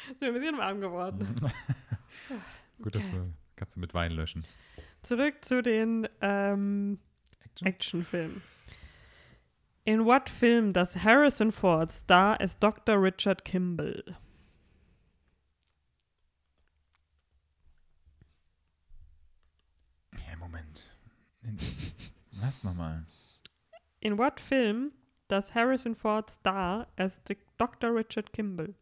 S1: ich bin ein bisschen warm
S2: Mhm.
S1: geworden.
S2: Gut, dass du, kannst du mit Wein löschen.
S1: Zurück zu den ähm,
S2: Action?
S1: Actionfilmen. In what film does Harrison Ford star as Dr. Richard Kimball?
S2: Ja, Moment. In- Was nochmal?
S1: In what film does Harrison Ford star as the Dr. Richard Kimball?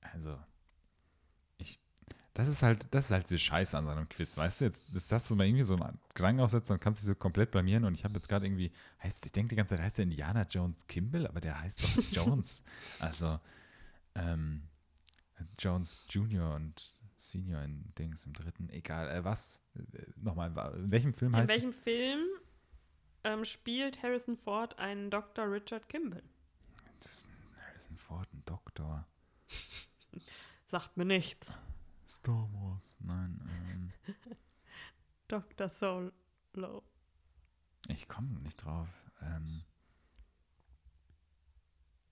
S2: Also, ich, das ist halt, das ist halt diese Scheiße an so einem Quiz, weißt du? Jetzt, das hast du mal irgendwie so einen Gedanken aufsetzen, dann kannst du dich so komplett blamieren und ich habe jetzt gerade irgendwie, heißt, ich denke die ganze Zeit, heißt der Indiana Jones Kimball, aber der heißt doch Jones. also, ähm, Jones Junior und Senior in Dings im dritten, egal, äh, was, äh, nochmal, wa- in welchem Film
S1: In
S2: heißt
S1: welchem Film ähm, spielt Harrison Ford einen Dr. Richard Kimball?
S2: Harrison Ford, ein Doktor,
S1: Sagt mir nichts.
S2: Star Wars, nein, ähm,
S1: Dr. Solo.
S2: ich komme nicht drauf, ähm,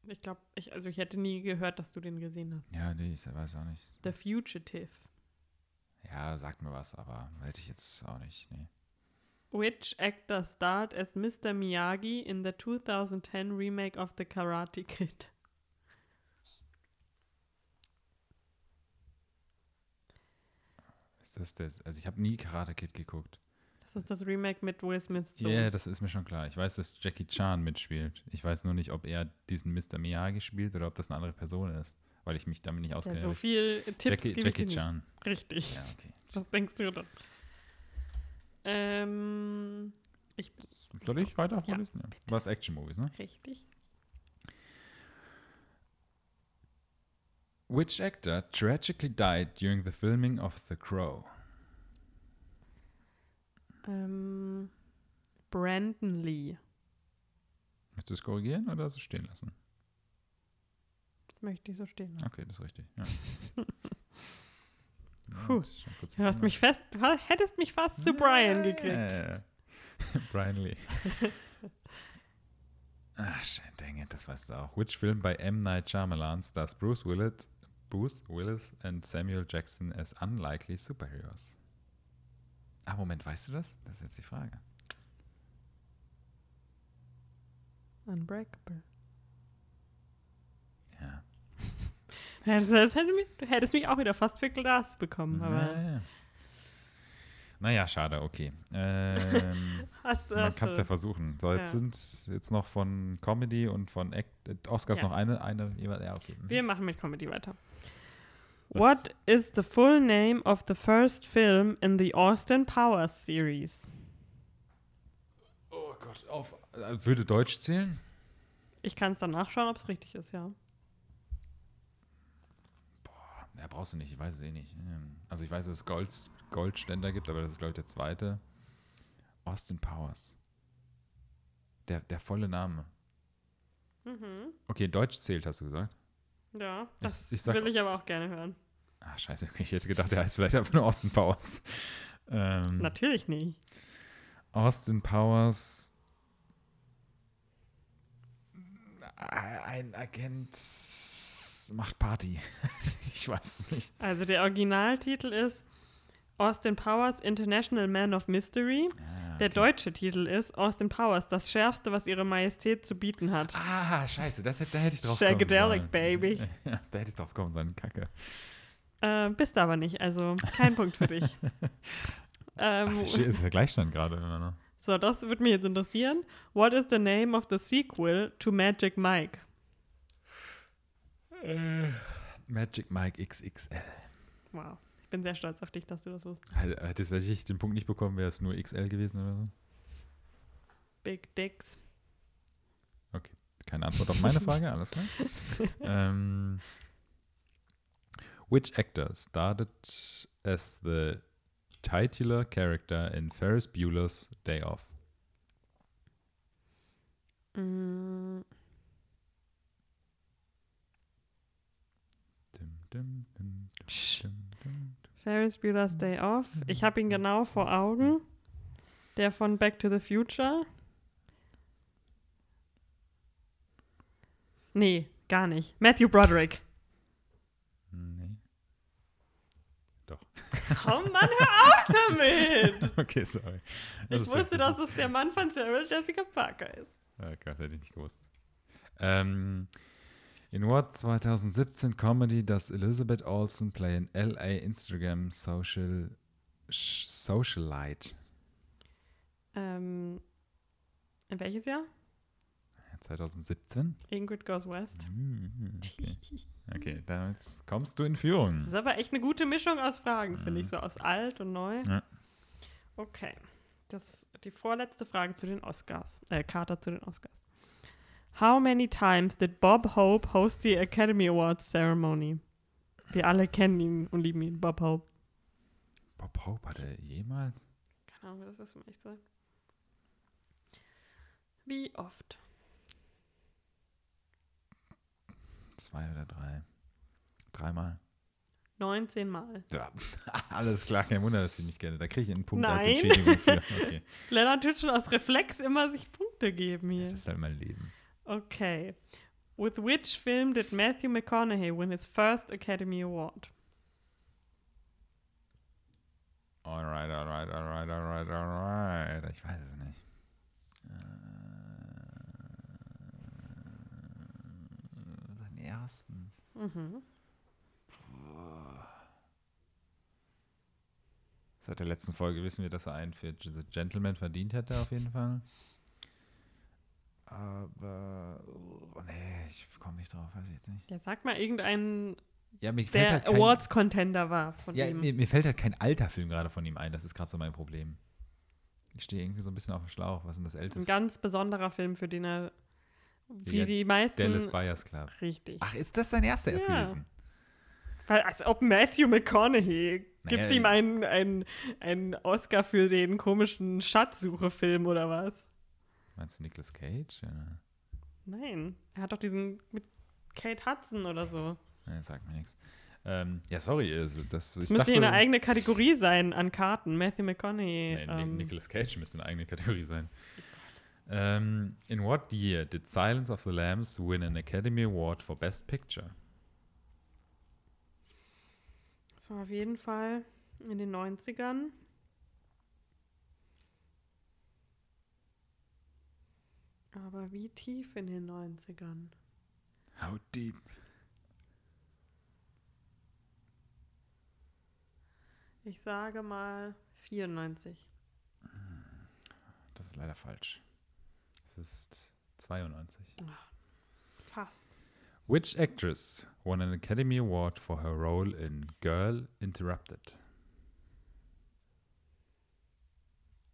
S1: Ich glaube, ich, also ich hätte nie gehört, dass du den gesehen hast.
S2: ja, nee, ich weiß auch nicht.
S1: The Fugitive.
S2: Ja, sagt mir was, aber hätte ich jetzt auch nicht. Nee.
S1: Which actor starred as Mr. Miyagi in the 2010 remake of The Karate Kid?
S2: Ist das das? Also ich habe nie Karate Kid geguckt.
S1: Das ist das Remake mit Will Smiths
S2: Ja,
S1: Sohn.
S2: das ist mir schon klar. Ich weiß, dass Jackie Chan mitspielt. Ich weiß nur nicht, ob er diesen Mr. Miyagi spielt oder ob das eine andere Person ist, weil ich mich damit nicht
S1: ja,
S2: auskenne.
S1: so viel Tipps
S2: Jackie,
S1: gebe ich
S2: Jackie
S1: dir nicht.
S2: Chan.
S1: Richtig.
S2: Ja, okay.
S1: Was denkst du denn? Ähm, ich bin
S2: Soll ich weiter vorlesen? Ja.
S1: bitte.
S2: Was Action-Movies, ne?
S1: richtig.
S2: Which actor tragically died during the filming of The Crow?
S1: Ähm, Brandon Lee.
S2: Möchtest du es korrigieren oder so stehen lassen?
S1: Möchte ich so stehen. lassen.
S2: Okay, das ist richtig. Ja. Ja,
S1: Puh,
S2: ich hab kurz-
S1: Du hast mich fest, du ha- hättest mich fast zu Brian gekriegt.
S2: Yeah. Brian Lee. Ach, shit, dang it, das weißt du auch. Which film by M. Night Shyamalan stars Bruce Willis, Bruce Willis and Samuel Jackson as unlikely superheroes? Ah, Moment, weißt du das? Das ist jetzt die Frage.
S1: Unbreakable.
S2: Ja.
S1: Das, das hätte mich, du hättest mich auch wieder fast für Glas bekommen, aber
S2: Naja, naja schade, okay. Ähm,
S1: hast du
S2: man
S1: hast
S2: kann es
S1: du-
S2: ja versuchen. So, jetzt
S1: Ja.
S2: sind jetzt noch von Comedy und von Act, äh, Oscars
S1: Ja.
S2: noch eine, eine, jeweils- ja, okay. mhm.
S1: Wir machen mit Comedy weiter.
S2: Das-
S1: What is the full name of the first film in the Austin Powers series?
S2: Oh Gott, auf. äh, Würde Deutsch zählen?
S1: Ich kann es dann nachschauen, ob es richtig ist, ja.
S2: Ja, brauchst du nicht, ich weiß es eh nicht. Ähm, Also ich weiß, dass es Gold, Goldständer gibt, aber das ist, glaube ich, der zweite. Austin Powers. Der, der volle Name.
S1: Mhm.
S2: Okay, Deutsch zählt, hast du gesagt.
S1: Ja, das
S2: ich sag-
S1: will ich aber auch gerne hören.
S2: Ah, scheiße, okay, ich hätte gedacht, der heißt vielleicht einfach nur Austin Powers. Ähm,
S1: Natürlich nicht.
S2: Austin Powers. Ein Agent macht Party. ich weiß es nicht.
S1: Also der Originaltitel ist Austin Powers International Man of Mystery.
S2: Ah,
S1: Der deutsche Titel ist Austin Powers, das Schärfste, was ihre Majestät zu bieten hat.
S2: Ah, scheiße, das hätte, da hätte ich drauf kommen
S1: Shagadelic,
S2: sollen.
S1: baby.
S2: Ja, da hätte ich drauf kommen sollen, Kacke.
S1: Äh, bist aber nicht, also kein Punkt für dich.
S2: Ach,
S1: Ähm,
S2: das ist der Gleichstand gerade immer noch.
S1: so, das würde mich jetzt interessieren. What is the name of the sequel to Magic Mike?
S2: Magic Mike XXL.
S1: Wow, ich bin sehr stolz auf dich, dass du das wusstest.
S2: Hätte hätte ich den Punkt nicht bekommen, wäre es nur XL gewesen oder so?
S1: Big Dicks.
S2: Keine Antwort auf meine Frage, alles klar. ähm, which actor started as the titular character in Ferris Bueller's Day Off?
S1: Mm,
S2: Dim, dim, dim, dim,
S1: Sch.
S2: dim, dim.
S1: Ferris Bueller's Day Off. Ich habe ihn genau vor Augen. Der von Back to the Future. Nee, gar nicht. Matthew Broderick.
S2: Nee. Doch.
S1: Oh Mann, hör auf damit!
S2: Okay, sorry. Das
S1: Ich
S2: ist
S1: wusste,
S2: richtig.
S1: dass es der Mann von Sarah Jessica Parker ist.
S2: Oh Gott, hätte ich nicht gewusst. Ähm, in What 2017 Comedy does Elizabeth Olsen play an LA Instagram social sh- socialite?
S1: Ähm, in welches Jahr?
S2: 2017?
S1: Ingrid Goes West.
S2: Hm, Okay. okay, damit kommst du in Führung.
S1: Das ist aber echt eine gute Mischung aus Fragen,
S2: Mhm.
S1: finde ich, so aus alt und neu.
S2: Ja.
S1: Okay. Das die vorletzte Frage zu den Oscars. Äh, Carter zu den Oscars. How many times did Bob Hope host the Academy Awards ceremony? Wir alle kennen ihn und lieben ihn, Bob Hope.
S2: Bob Hope hat er jemals?
S1: Keine Ahnung, was das um echt sagt. Wie oft?
S2: Zwei oder drei? Dreimal?
S1: 19 Mal.
S2: Ja, alles klar, kein Wunder, dass ich nicht kenne. Da kriege ich einen Punkt als
S1: Nein.
S2: Entschädigung für. Okay.
S1: Lennart tut schon aus Reflex immer sich Punkte geben hier.
S2: Das ist halt mein Leben.
S1: Okay. With which film did Matthew McConaughey win his first Academy Award?
S2: Alright, alright, alright, alright, alright. Ich weiß es nicht. Äh, seinen ersten.
S1: Mhm.
S2: Seit der letzten Folge wissen wir, dass er einen für The Gentleman verdient hätte, auf jeden Fall. Aber. Oh, nee, ich komme nicht drauf, weiß ich jetzt nicht.
S1: Ja, sag mal irgendeinen,
S2: Ja, mir fällt
S1: der
S2: halt kein,
S1: Awards-Contender war von
S2: ja,
S1: ihm.
S2: mir, mir fällt halt kein alter Film gerade von ihm ein. Das ist gerade so mein Problem. Ich stehe irgendwie so ein bisschen auf dem Schlauch. Was ist denn das
S1: Ein
S2: älteste?
S1: ganz besonderer Film, für den er, wie
S2: Ja,
S1: die meisten,
S2: Dallas Buyers Club.
S1: richtig.
S2: Ach, ist das sein erster erst
S1: Ja.
S2: gewesen?
S1: Weil, als ob Matthew McConaughey
S2: Naja,
S1: gibt ihm einen, einen, einen Oscar für den komischen Schatzsuche-Film oder was?
S2: Meinst du Nicolas Cage? Ja.
S1: Nein, er hat doch diesen mit Kate Hudson oder so.
S2: Nein, sagt mir nichts. Ähm, ja, sorry, also das,
S1: Das
S2: ich
S1: müsste
S2: dachte,
S1: hier eine eigene Kategorie sein an Karten. Matthew McConaughey.
S2: nee, Ni-
S1: ähm,
S2: Nicolas Cage müsste eine eigene Kategorie sein. Ähm, in what year did Silence of the Lambs win an Academy Award for Best Picture?
S1: Das war auf jeden Fall in den 90ern. Aber wie tief in den 90ern?
S2: How deep?
S1: Ich sage mal 94.
S2: Das ist leider falsch. Es ist 92.
S1: Fast.
S2: Which actress won an Academy Award for her role in Girl Interrupted?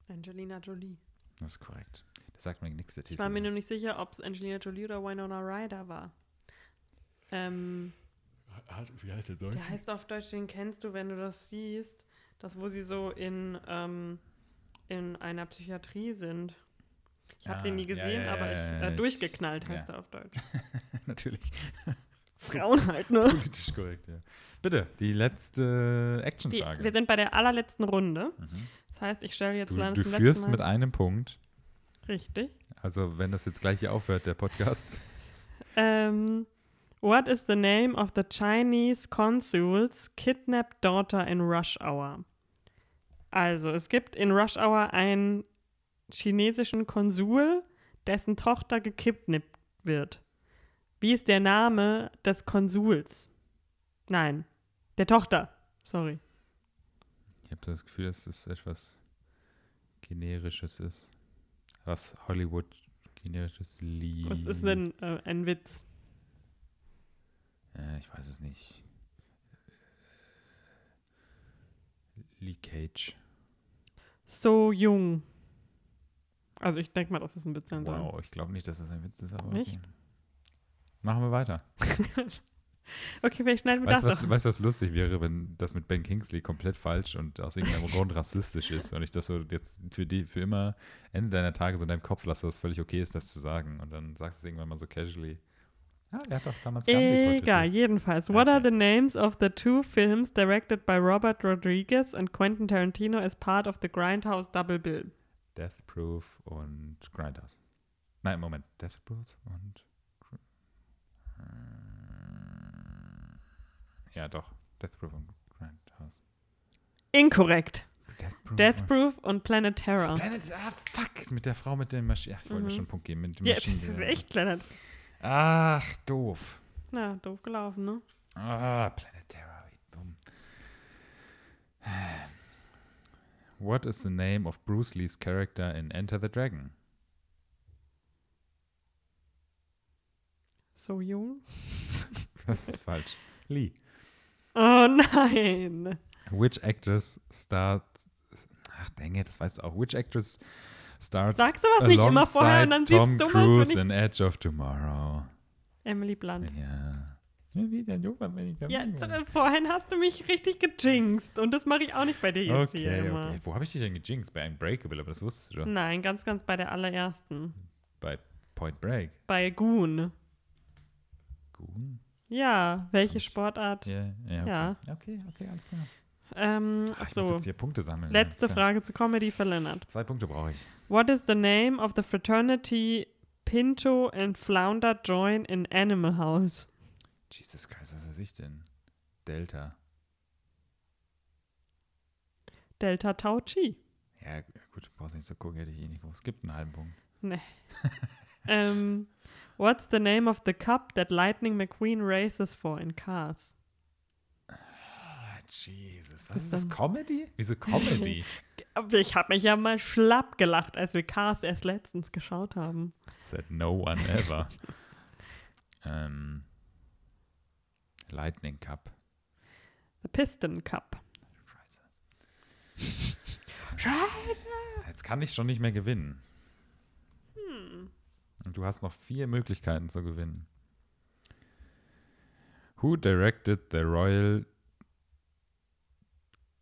S1: Angelina Jolie.
S2: Das ist korrekt. Das sagt mir nichts, der Titel.
S1: Ich war mir nur nicht sicher, ob es Angelina Jolie oder Winona Ryder war. Ähm,
S2: Wie heißt der Deutsch?
S1: Der heißt auf Deutsch, den kennst du, wenn du das siehst. Das, wo sie so in, ähm, in einer Psychiatrie sind. Ich habe
S2: Ah,
S1: den nie
S2: ja,
S1: gesehen,
S2: ja, ja,
S1: aber ich,
S2: ja,
S1: äh,
S2: ja, ich-
S1: durchgeknallt
S2: ja.
S1: heißt er auf Deutsch.
S2: Natürlich.
S1: Frauen halt, ne?
S2: Politisch korrekt, ja. Bitte, die letzte
S1: Die,
S2: Actionfrage.
S1: wir sind bei der allerletzten Runde.
S2: Mhm.
S1: Das heißt, ich stelle jetzt
S2: Du,
S1: dann
S2: du
S1: zum
S2: führst
S1: letzten
S2: mit
S1: Mal.
S2: einem Punkt.
S1: Richtig.
S2: Also, wenn das jetzt gleich hier aufhört, der Podcast.
S1: Ähm, what is the name of the Chinese consul's kidnapped daughter in Rush Hour? Also, es gibt in Rush Hour einen chinesischen Konsul, dessen Tochter gekidnappt wird. Wie ist der Name des Konsuls? Nein, der Tochter. Sorry.
S2: Ich habe das Gefühl, dass es etwas generisches ist. Was Hollywood generisches liegt.
S1: Was ist denn äh, ein Witz?
S2: Äh, ich weiß es nicht. Leakage.
S1: So jung. Also, ich denke mal, das ist ein Witz. sein soll.
S2: Wow, ich glaube nicht, dass das ein Witz ist, aber
S1: Nicht?
S2: okay. Machen wir weiter.
S1: Okay, vielleicht schneiden wir
S2: Weißt du,
S1: das
S2: was,
S1: doch.
S2: weißt, du, was lustig wäre, wenn das mit Ben Kingsley komplett falsch und aus irgendeinem Grund rassistisch ist und ich das so jetzt für die für immer Ende deiner Tage so in deinem Kopf lasse, dass es völlig okay ist, das zu sagen. Und dann sagst du es irgendwann mal so casually. Ja, er hat doch damals Gandhi
S1: Egal,
S2: porträtiert.
S1: jedenfalls. What are
S2: Okay.
S1: the names of the two films directed by Robert Rodriguez and Quentin Tarantino as part of the Grindhouse Double Bill?
S2: Death Proof und Grindhouse. Nein, Moment. Death Proof und. Hm. Ja, doch. Death Proof und Grindhouse.
S1: Inkorrekt.
S2: Death Proof.
S1: Death Proof und Planet Terror.
S2: Oh Planet, ah, fuck, mit der Frau mit dem Maschinen. Ach, ich wollte mir
S1: Mhm.
S2: schon einen Punkt geben mit dem
S1: Jetzt ist
S2: Maschinengewehr.
S1: echt Planet.
S2: Ach, doof.
S1: Na, doof gelaufen, ne?
S2: Ah, Planet Terror, wie dumm. What is the name of Bruce Lees character in Enter the Dragon?
S1: So jung.
S2: Das ist falsch. Lee.
S1: Oh nein.
S2: Which actress starred. Ach, denke, das weißt du auch. Which actress starred
S1: Sag sowas nicht immer vorher und dann sieht's
S2: Tom
S1: dumm aus, wenn
S2: Cruise
S1: ich-
S2: in Edge of Tomorrow?
S1: Emily Blunt.
S2: Ja. Ja, wie der Joghurt, wenn ich da
S1: Ja,
S2: bin.
S1: d- vorhin hast du mich richtig gejinxt. Und das mache ich auch nicht bei dir jetzt hier
S2: Okay,
S1: immer. Hm.
S2: okay. Wo habe ich dich denn gejinxt? Bei Unbreakable, aber das wusstest du doch.
S1: Nein, ganz, ganz bei der allerersten.
S2: Bei Point Break.
S1: Bei Goon.
S2: Goon?
S1: Ja, welche Sportart?
S2: Ja, ja, okay.
S1: Ja.
S2: Okay, okay, alles klar.
S1: Ähm,
S2: Ach, Ah, ich muss
S1: so,
S2: jetzt hier Punkte sammeln.
S1: letzte
S2: Alles klar.
S1: Frage zu Comedy für Leonard.
S2: Zwei Punkte brauche ich.
S1: What is the name of the fraternity Pinto and Flounder join in Animal House?
S2: Jesus Christ, was weiß ich denn? Delta.
S1: Delta Tau Chi.
S2: Ja, gut, brauchst nicht so gucken, hätte ich eh nicht groß. Es gibt einen halben Punkt.
S1: ähm, what's the name of the cup that Lightning McQueen races for in Cars?
S2: Ah, Jesus. Was ist das? Comedy? Wieso Comedy?
S1: Aber Ich habe mich ja mal schlapp gelacht, als wir Cars erst letztens geschaut haben.
S2: Said no one ever. ähm, Lightning Cup.
S1: The Piston Cup.
S2: Scheiße.
S1: Scheiße.
S2: Jetzt kann ich schon nicht mehr gewinnen.
S1: Hm.
S2: Und du hast noch vier Möglichkeiten zu gewinnen. Who directed the Royal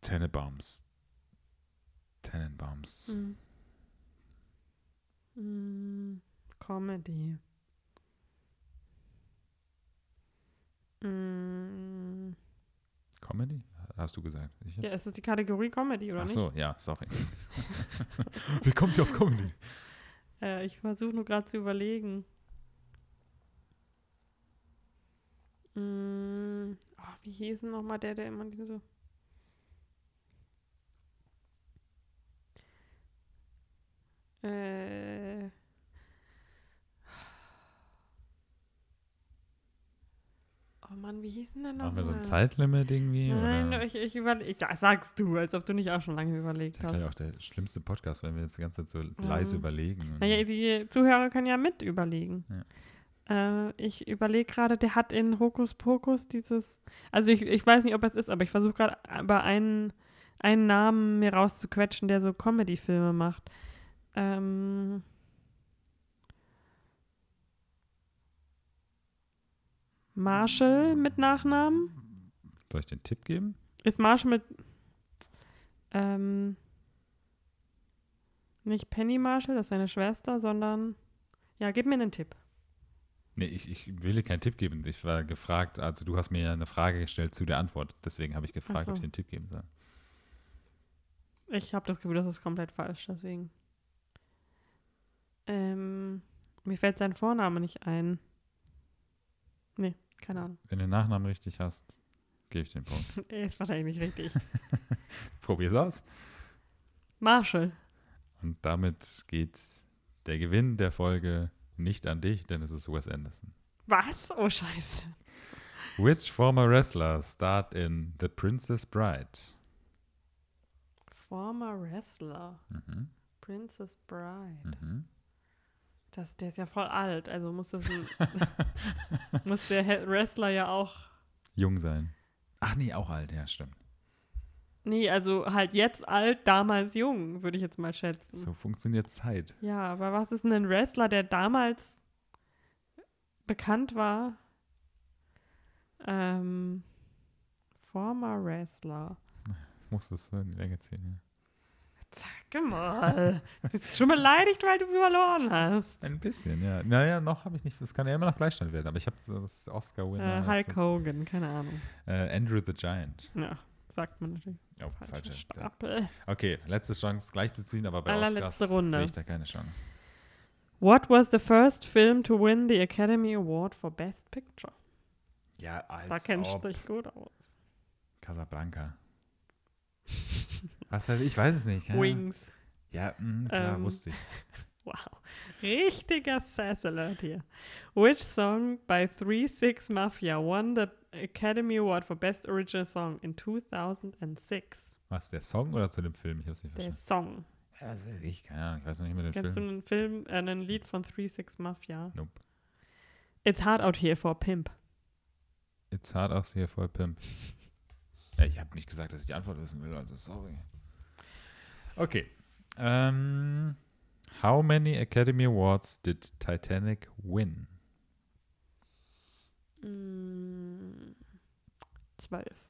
S2: Tenenbaums? Tenenbaums.
S1: Hm. Hm, Comedy. Hm.
S2: Comedy? Hast du gesagt? Ich hab-
S1: Ja, ist das die Kategorie Comedy, oder
S2: Ach
S1: nicht?
S2: so, ja, sorry. Wie kommt sie auf Comedy?
S1: Äh, ich versuche nur gerade zu überlegen. Mm, oh, wie hieß denn nochmal der, der immer diese. Äh. Oh Mann, wie hieß denn der nochmal?
S2: Haben wir so ein Zeitlimit irgendwie?
S1: Nein,
S2: oder?
S1: ich, ich überlege. Ja, sagst du, als ob du nicht auch schon lange überlegt
S2: Das ist
S1: hast.
S2: gleich auch der schlimmste Podcast, wenn wir jetzt die ganze Zeit so leise
S1: Ähm,
S2: überlegen. und-
S1: Naja, die Zuhörer können ja mit überlegen. Äh, ich überlege gerade, der hat in Hokus Pokus dieses, also ich, ich weiß nicht, ob es ist, aber ich versuche gerade über einen, einen Namen mir rauszuquetschen, der so Comedy-Filme macht. Ähm, Marshall mit Nachnamen?
S2: Soll ich den Tipp geben?
S1: Ist Marshall mit ähm, nicht Penny Marshall, das ist seine Schwester, sondern ja, gib mir einen Tipp.
S2: Nee, ich, ich will dir keinen Tipp geben. Ich war gefragt, also du hast mir ja eine Frage gestellt zu der Antwort. Deswegen habe ich gefragt,
S1: Ach so.
S2: ob ich den Tipp geben soll.
S1: Ich habe das Gefühl, das ist komplett falsch, deswegen. Ähm, mir fällt sein Vorname nicht ein. Nee, keine Ahnung.
S2: Wenn du den Nachnamen richtig hast, gebe ich den Punkt.
S1: Er Ist wahrscheinlich nicht richtig.
S2: Probier's aus.
S1: Marshall.
S2: Und damit geht der Gewinn der Folge nicht an dich, denn es ist Wes Anderson.
S1: Was? Oh, scheiße.
S2: Which former wrestler starred in The Princess Bride?
S1: Former Wrestler.
S2: Mhm,
S1: Princess Bride.
S2: mhm.
S1: Das, der ist ja voll alt, also muss, das ein, muss der He- Wrestler ja auch.
S2: Jung sein. Ach nee, auch alt, ja, stimmt.
S1: Nee, also halt jetzt alt, damals jung, würde ich jetzt mal schätzen.
S2: So funktioniert Zeit.
S1: Ja, aber was ist denn ein Wrestler, der damals bekannt war? Ähm, former Wrestler.
S2: Muss es äh, länger ziehen.
S1: Sag mal. Du bist schon beleidigt, weil du verloren hast.
S2: Ja. Ein bisschen, ja. Naja, noch habe ich nicht. Es kann ja immer noch Gleichstand werden, aber ich habe das Oscar-Winner.
S1: Äh, Hulk Hogan, keine Ahnung.
S2: Äh, Andrew the Giant.
S1: Ja, sagt man natürlich.
S2: Oh,
S1: Falsche
S2: falsche.
S1: Stapel.
S2: Okay, letzte Chance gleichzuziehen, aber bei Oscars
S1: Allerletzte Runde.
S2: sehe ich da keine Chance.
S1: What was the first film to win the Academy Award for Best Picture?
S2: Ja, als
S1: Da kennst
S2: ob
S1: du dich gut aus.
S2: Casablanca. Was weiß ich, ich weiß es nicht. keine Ahnung.
S1: Wings.
S2: Ja, mh, klar,
S1: Ähm.
S2: wusste ich.
S1: Wow. Richtiger Sass Alert hier. Which song by 3-6 Mafia won the Academy Award for Best Original Song in 2006?
S2: Was, der Song oder zu dem Film? Ich hab's nicht
S1: Der Song.
S2: verstanden. Ja, was weiß ich, keine Ahnung, ich weiß noch nicht mehr den
S1: Kennst du
S2: Film.
S1: einen Film, äh, einen Lied von 3-6 Mafia?
S2: Nope.
S1: It's hard out here for a pimp.
S2: It's hard aus hier voll Pimp. Ja, ich habe nicht gesagt, dass ich die Antwort wissen will, also sorry. Okay. Ähm, how many Academy Awards did Titanic win?
S1: Mm, Zwölf.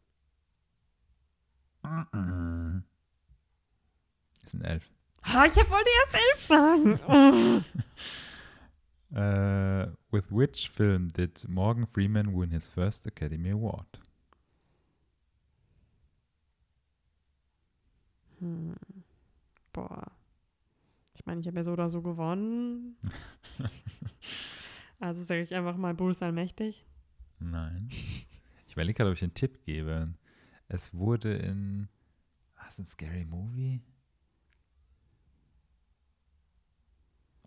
S2: Es sind elf.
S1: Ah, ich wollte erst elf sagen.
S2: Äh, with which film did Morgan Freeman win his first Academy Award?
S1: Hm. Boah. Ich meine, ich habe ja so oder so gewonnen. Also sage ich einfach mal Bruce Allmächtig.
S2: Nein. Ich überlege gerade, ob ich einen Tipp gebe. Es wurde in. Was, ein Scary Movie?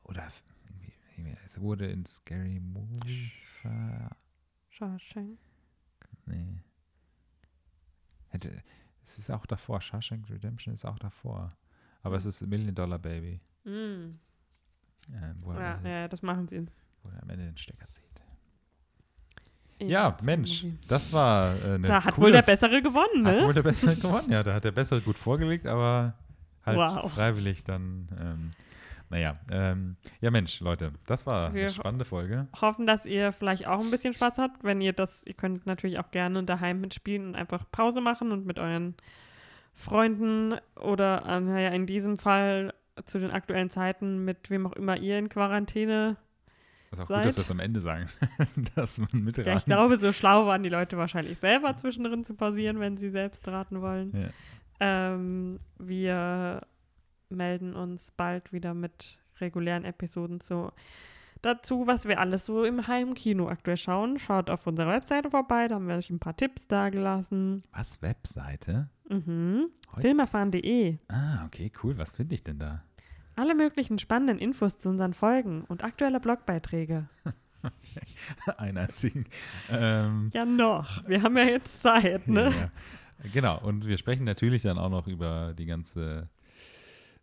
S2: Oder f- irgendwie, irgendwie, es wurde in Scary Movie ver.
S1: Shawshank.
S2: Nee. Hätte, es ist auch davor. Shawshank Redemption ist auch davor. Aber es ist Million Dollar Baby.
S1: Mm.
S2: Ähm, wo, er
S1: Ja,
S2: am Ende,
S1: ja, das machen sie ins.
S2: wo er am Ende den Stecker zieht.
S1: ins
S2: Ja, Mensch,
S1: Movie.
S2: das war äh, eine
S1: Da hat
S2: coole
S1: wohl der Bessere gewonnen,
S2: Hat
S1: ne?
S2: wohl der Bessere gewonnen, ja. Da hat der Bessere gut vorgelegt, aber halt
S1: Wow.
S2: freiwillig dann. Ähm, naja, ähm, ja Mensch, Leute, das war
S1: Wir-
S2: eine spannende Folge.
S1: Hoffen, dass ihr vielleicht auch ein bisschen Spaß habt. Wenn ihr das, ihr könnt natürlich auch gerne daheim mitspielen und einfach Pause machen und mit euren Freunden oder, äh, naja, in diesem Fall zu den aktuellen Zeiten mit wem auch immer ihr in Quarantäne
S2: Ist auch
S1: Seid-
S2: gut, dass wir es am Ende sagen, dass man
S1: Ja, ich
S2: mitraten.
S1: glaube, so schlau waren die Leute wahrscheinlich selber zwischendrin zu pausieren, wenn sie selbst raten wollen.
S2: Ja.
S1: Ähm, wir melden uns bald wieder mit regulären Episoden zu dazu, was wir alles so im Heimkino aktuell schauen. Schaut auf unserer Webseite vorbei, da haben wir euch ein paar Tipps dagelassen.
S2: Was, Webseite?
S1: Mhm.
S2: Heu-
S1: Filmerfahren.de.
S2: Ah, okay, cool. Was finde ich denn da?
S1: Alle möglichen spannenden Infos zu unseren Folgen und aktuelle Blogbeiträge.
S2: Einen einzigen. Ähm,
S1: Ja, noch. Wir haben ja jetzt Zeit, ne?
S2: ja. Genau, und wir sprechen natürlich dann auch noch über die ganze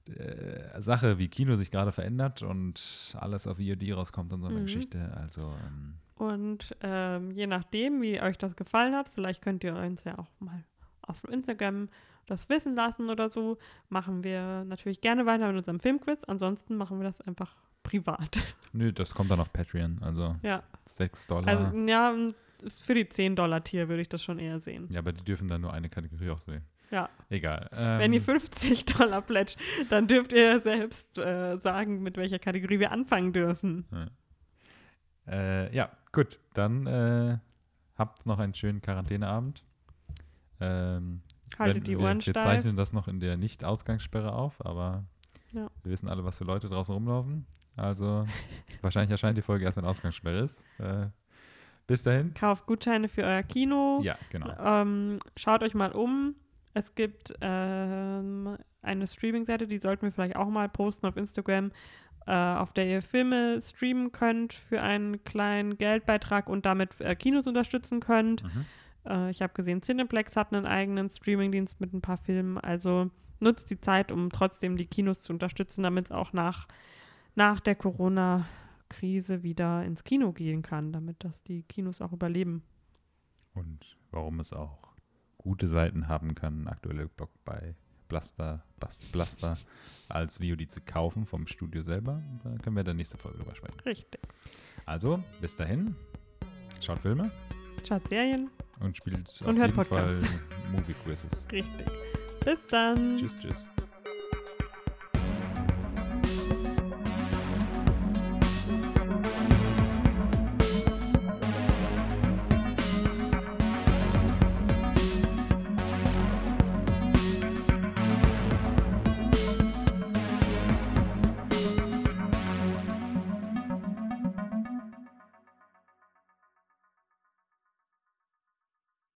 S2: äh, Sache, wie Kino sich gerade verändert und alles auf IOD rauskommt und so eine
S1: Mhm.
S2: Geschichte. Also, ähm,
S1: Und ähm, je nachdem, wie euch das gefallen hat, vielleicht könnt ihr uns ja auch mal auf Instagram das wissen lassen oder so, machen wir natürlich gerne weiter mit unserem Filmquiz. Ansonsten machen wir das einfach privat.
S2: Nö, das kommt dann auf Patreon, also
S1: ja,
S2: 6 Dollar.
S1: also ja, m, für die 10-Dollar-Tier würde ich das schon eher sehen.
S2: ja, aber die dürfen dann nur eine Kategorie auswählen.
S1: Ja,
S2: Egal. Ähm,
S1: wenn ihr 50 Dollar plätscht, dann dürft ihr selbst äh, sagen, mit welcher Kategorie wir anfangen dürfen.
S2: äh, ja, gut, dann äh, habt noch einen schönen Quarantäneabend. Ähm, wenn-
S1: Haltet die
S2: wir,
S1: Ohren
S2: Wir
S1: steif.
S2: zeichnen das noch in der Nicht-Ausgangssperre auf, aber
S1: Ja.
S2: wir wissen alle, was für Leute draußen rumlaufen. Also wahrscheinlich erscheint die Folge erst, wenn Ausgangssperre ist. Äh, bis dahin.
S1: Kauft Gutscheine für euer Kino.
S2: Ja, genau.
S1: Ähm, schaut euch mal um. Es gibt ähm, eine Streaming-Seite, die sollten wir vielleicht auch mal posten auf Instagram, äh, auf der ihr Filme streamen könnt für einen kleinen Geldbeitrag und damit äh, Kinos unterstützen könnt.
S2: Mhm.
S1: Äh, ich habe gesehen, Cineplex hat einen eigenen Streaming-Dienst mit ein paar Filmen. Also nutzt die Zeit, um trotzdem die Kinos zu unterstützen, damit es auch nach, nach der Corona-Krise wieder ins Kino gehen kann, damit das die Kinos auch überleben.
S2: Und warum es auch gute Seiten haben kann, aktuelle Blog bei Blaster, Bas, Blaster als VOD zu kaufen vom Studio selber. Da können wir in der nächsten Folge drüber sprechen.
S1: Richtig.
S2: Also, bis dahin, schaut Filme
S1: Schaut Serien.
S2: Und spielt
S1: Und
S2: auf
S1: hört
S2: jeden
S1: Podcasts.
S2: Fall Movie Quizzes.
S1: Richtig. Bis dann.
S2: Tschüss, tschüss.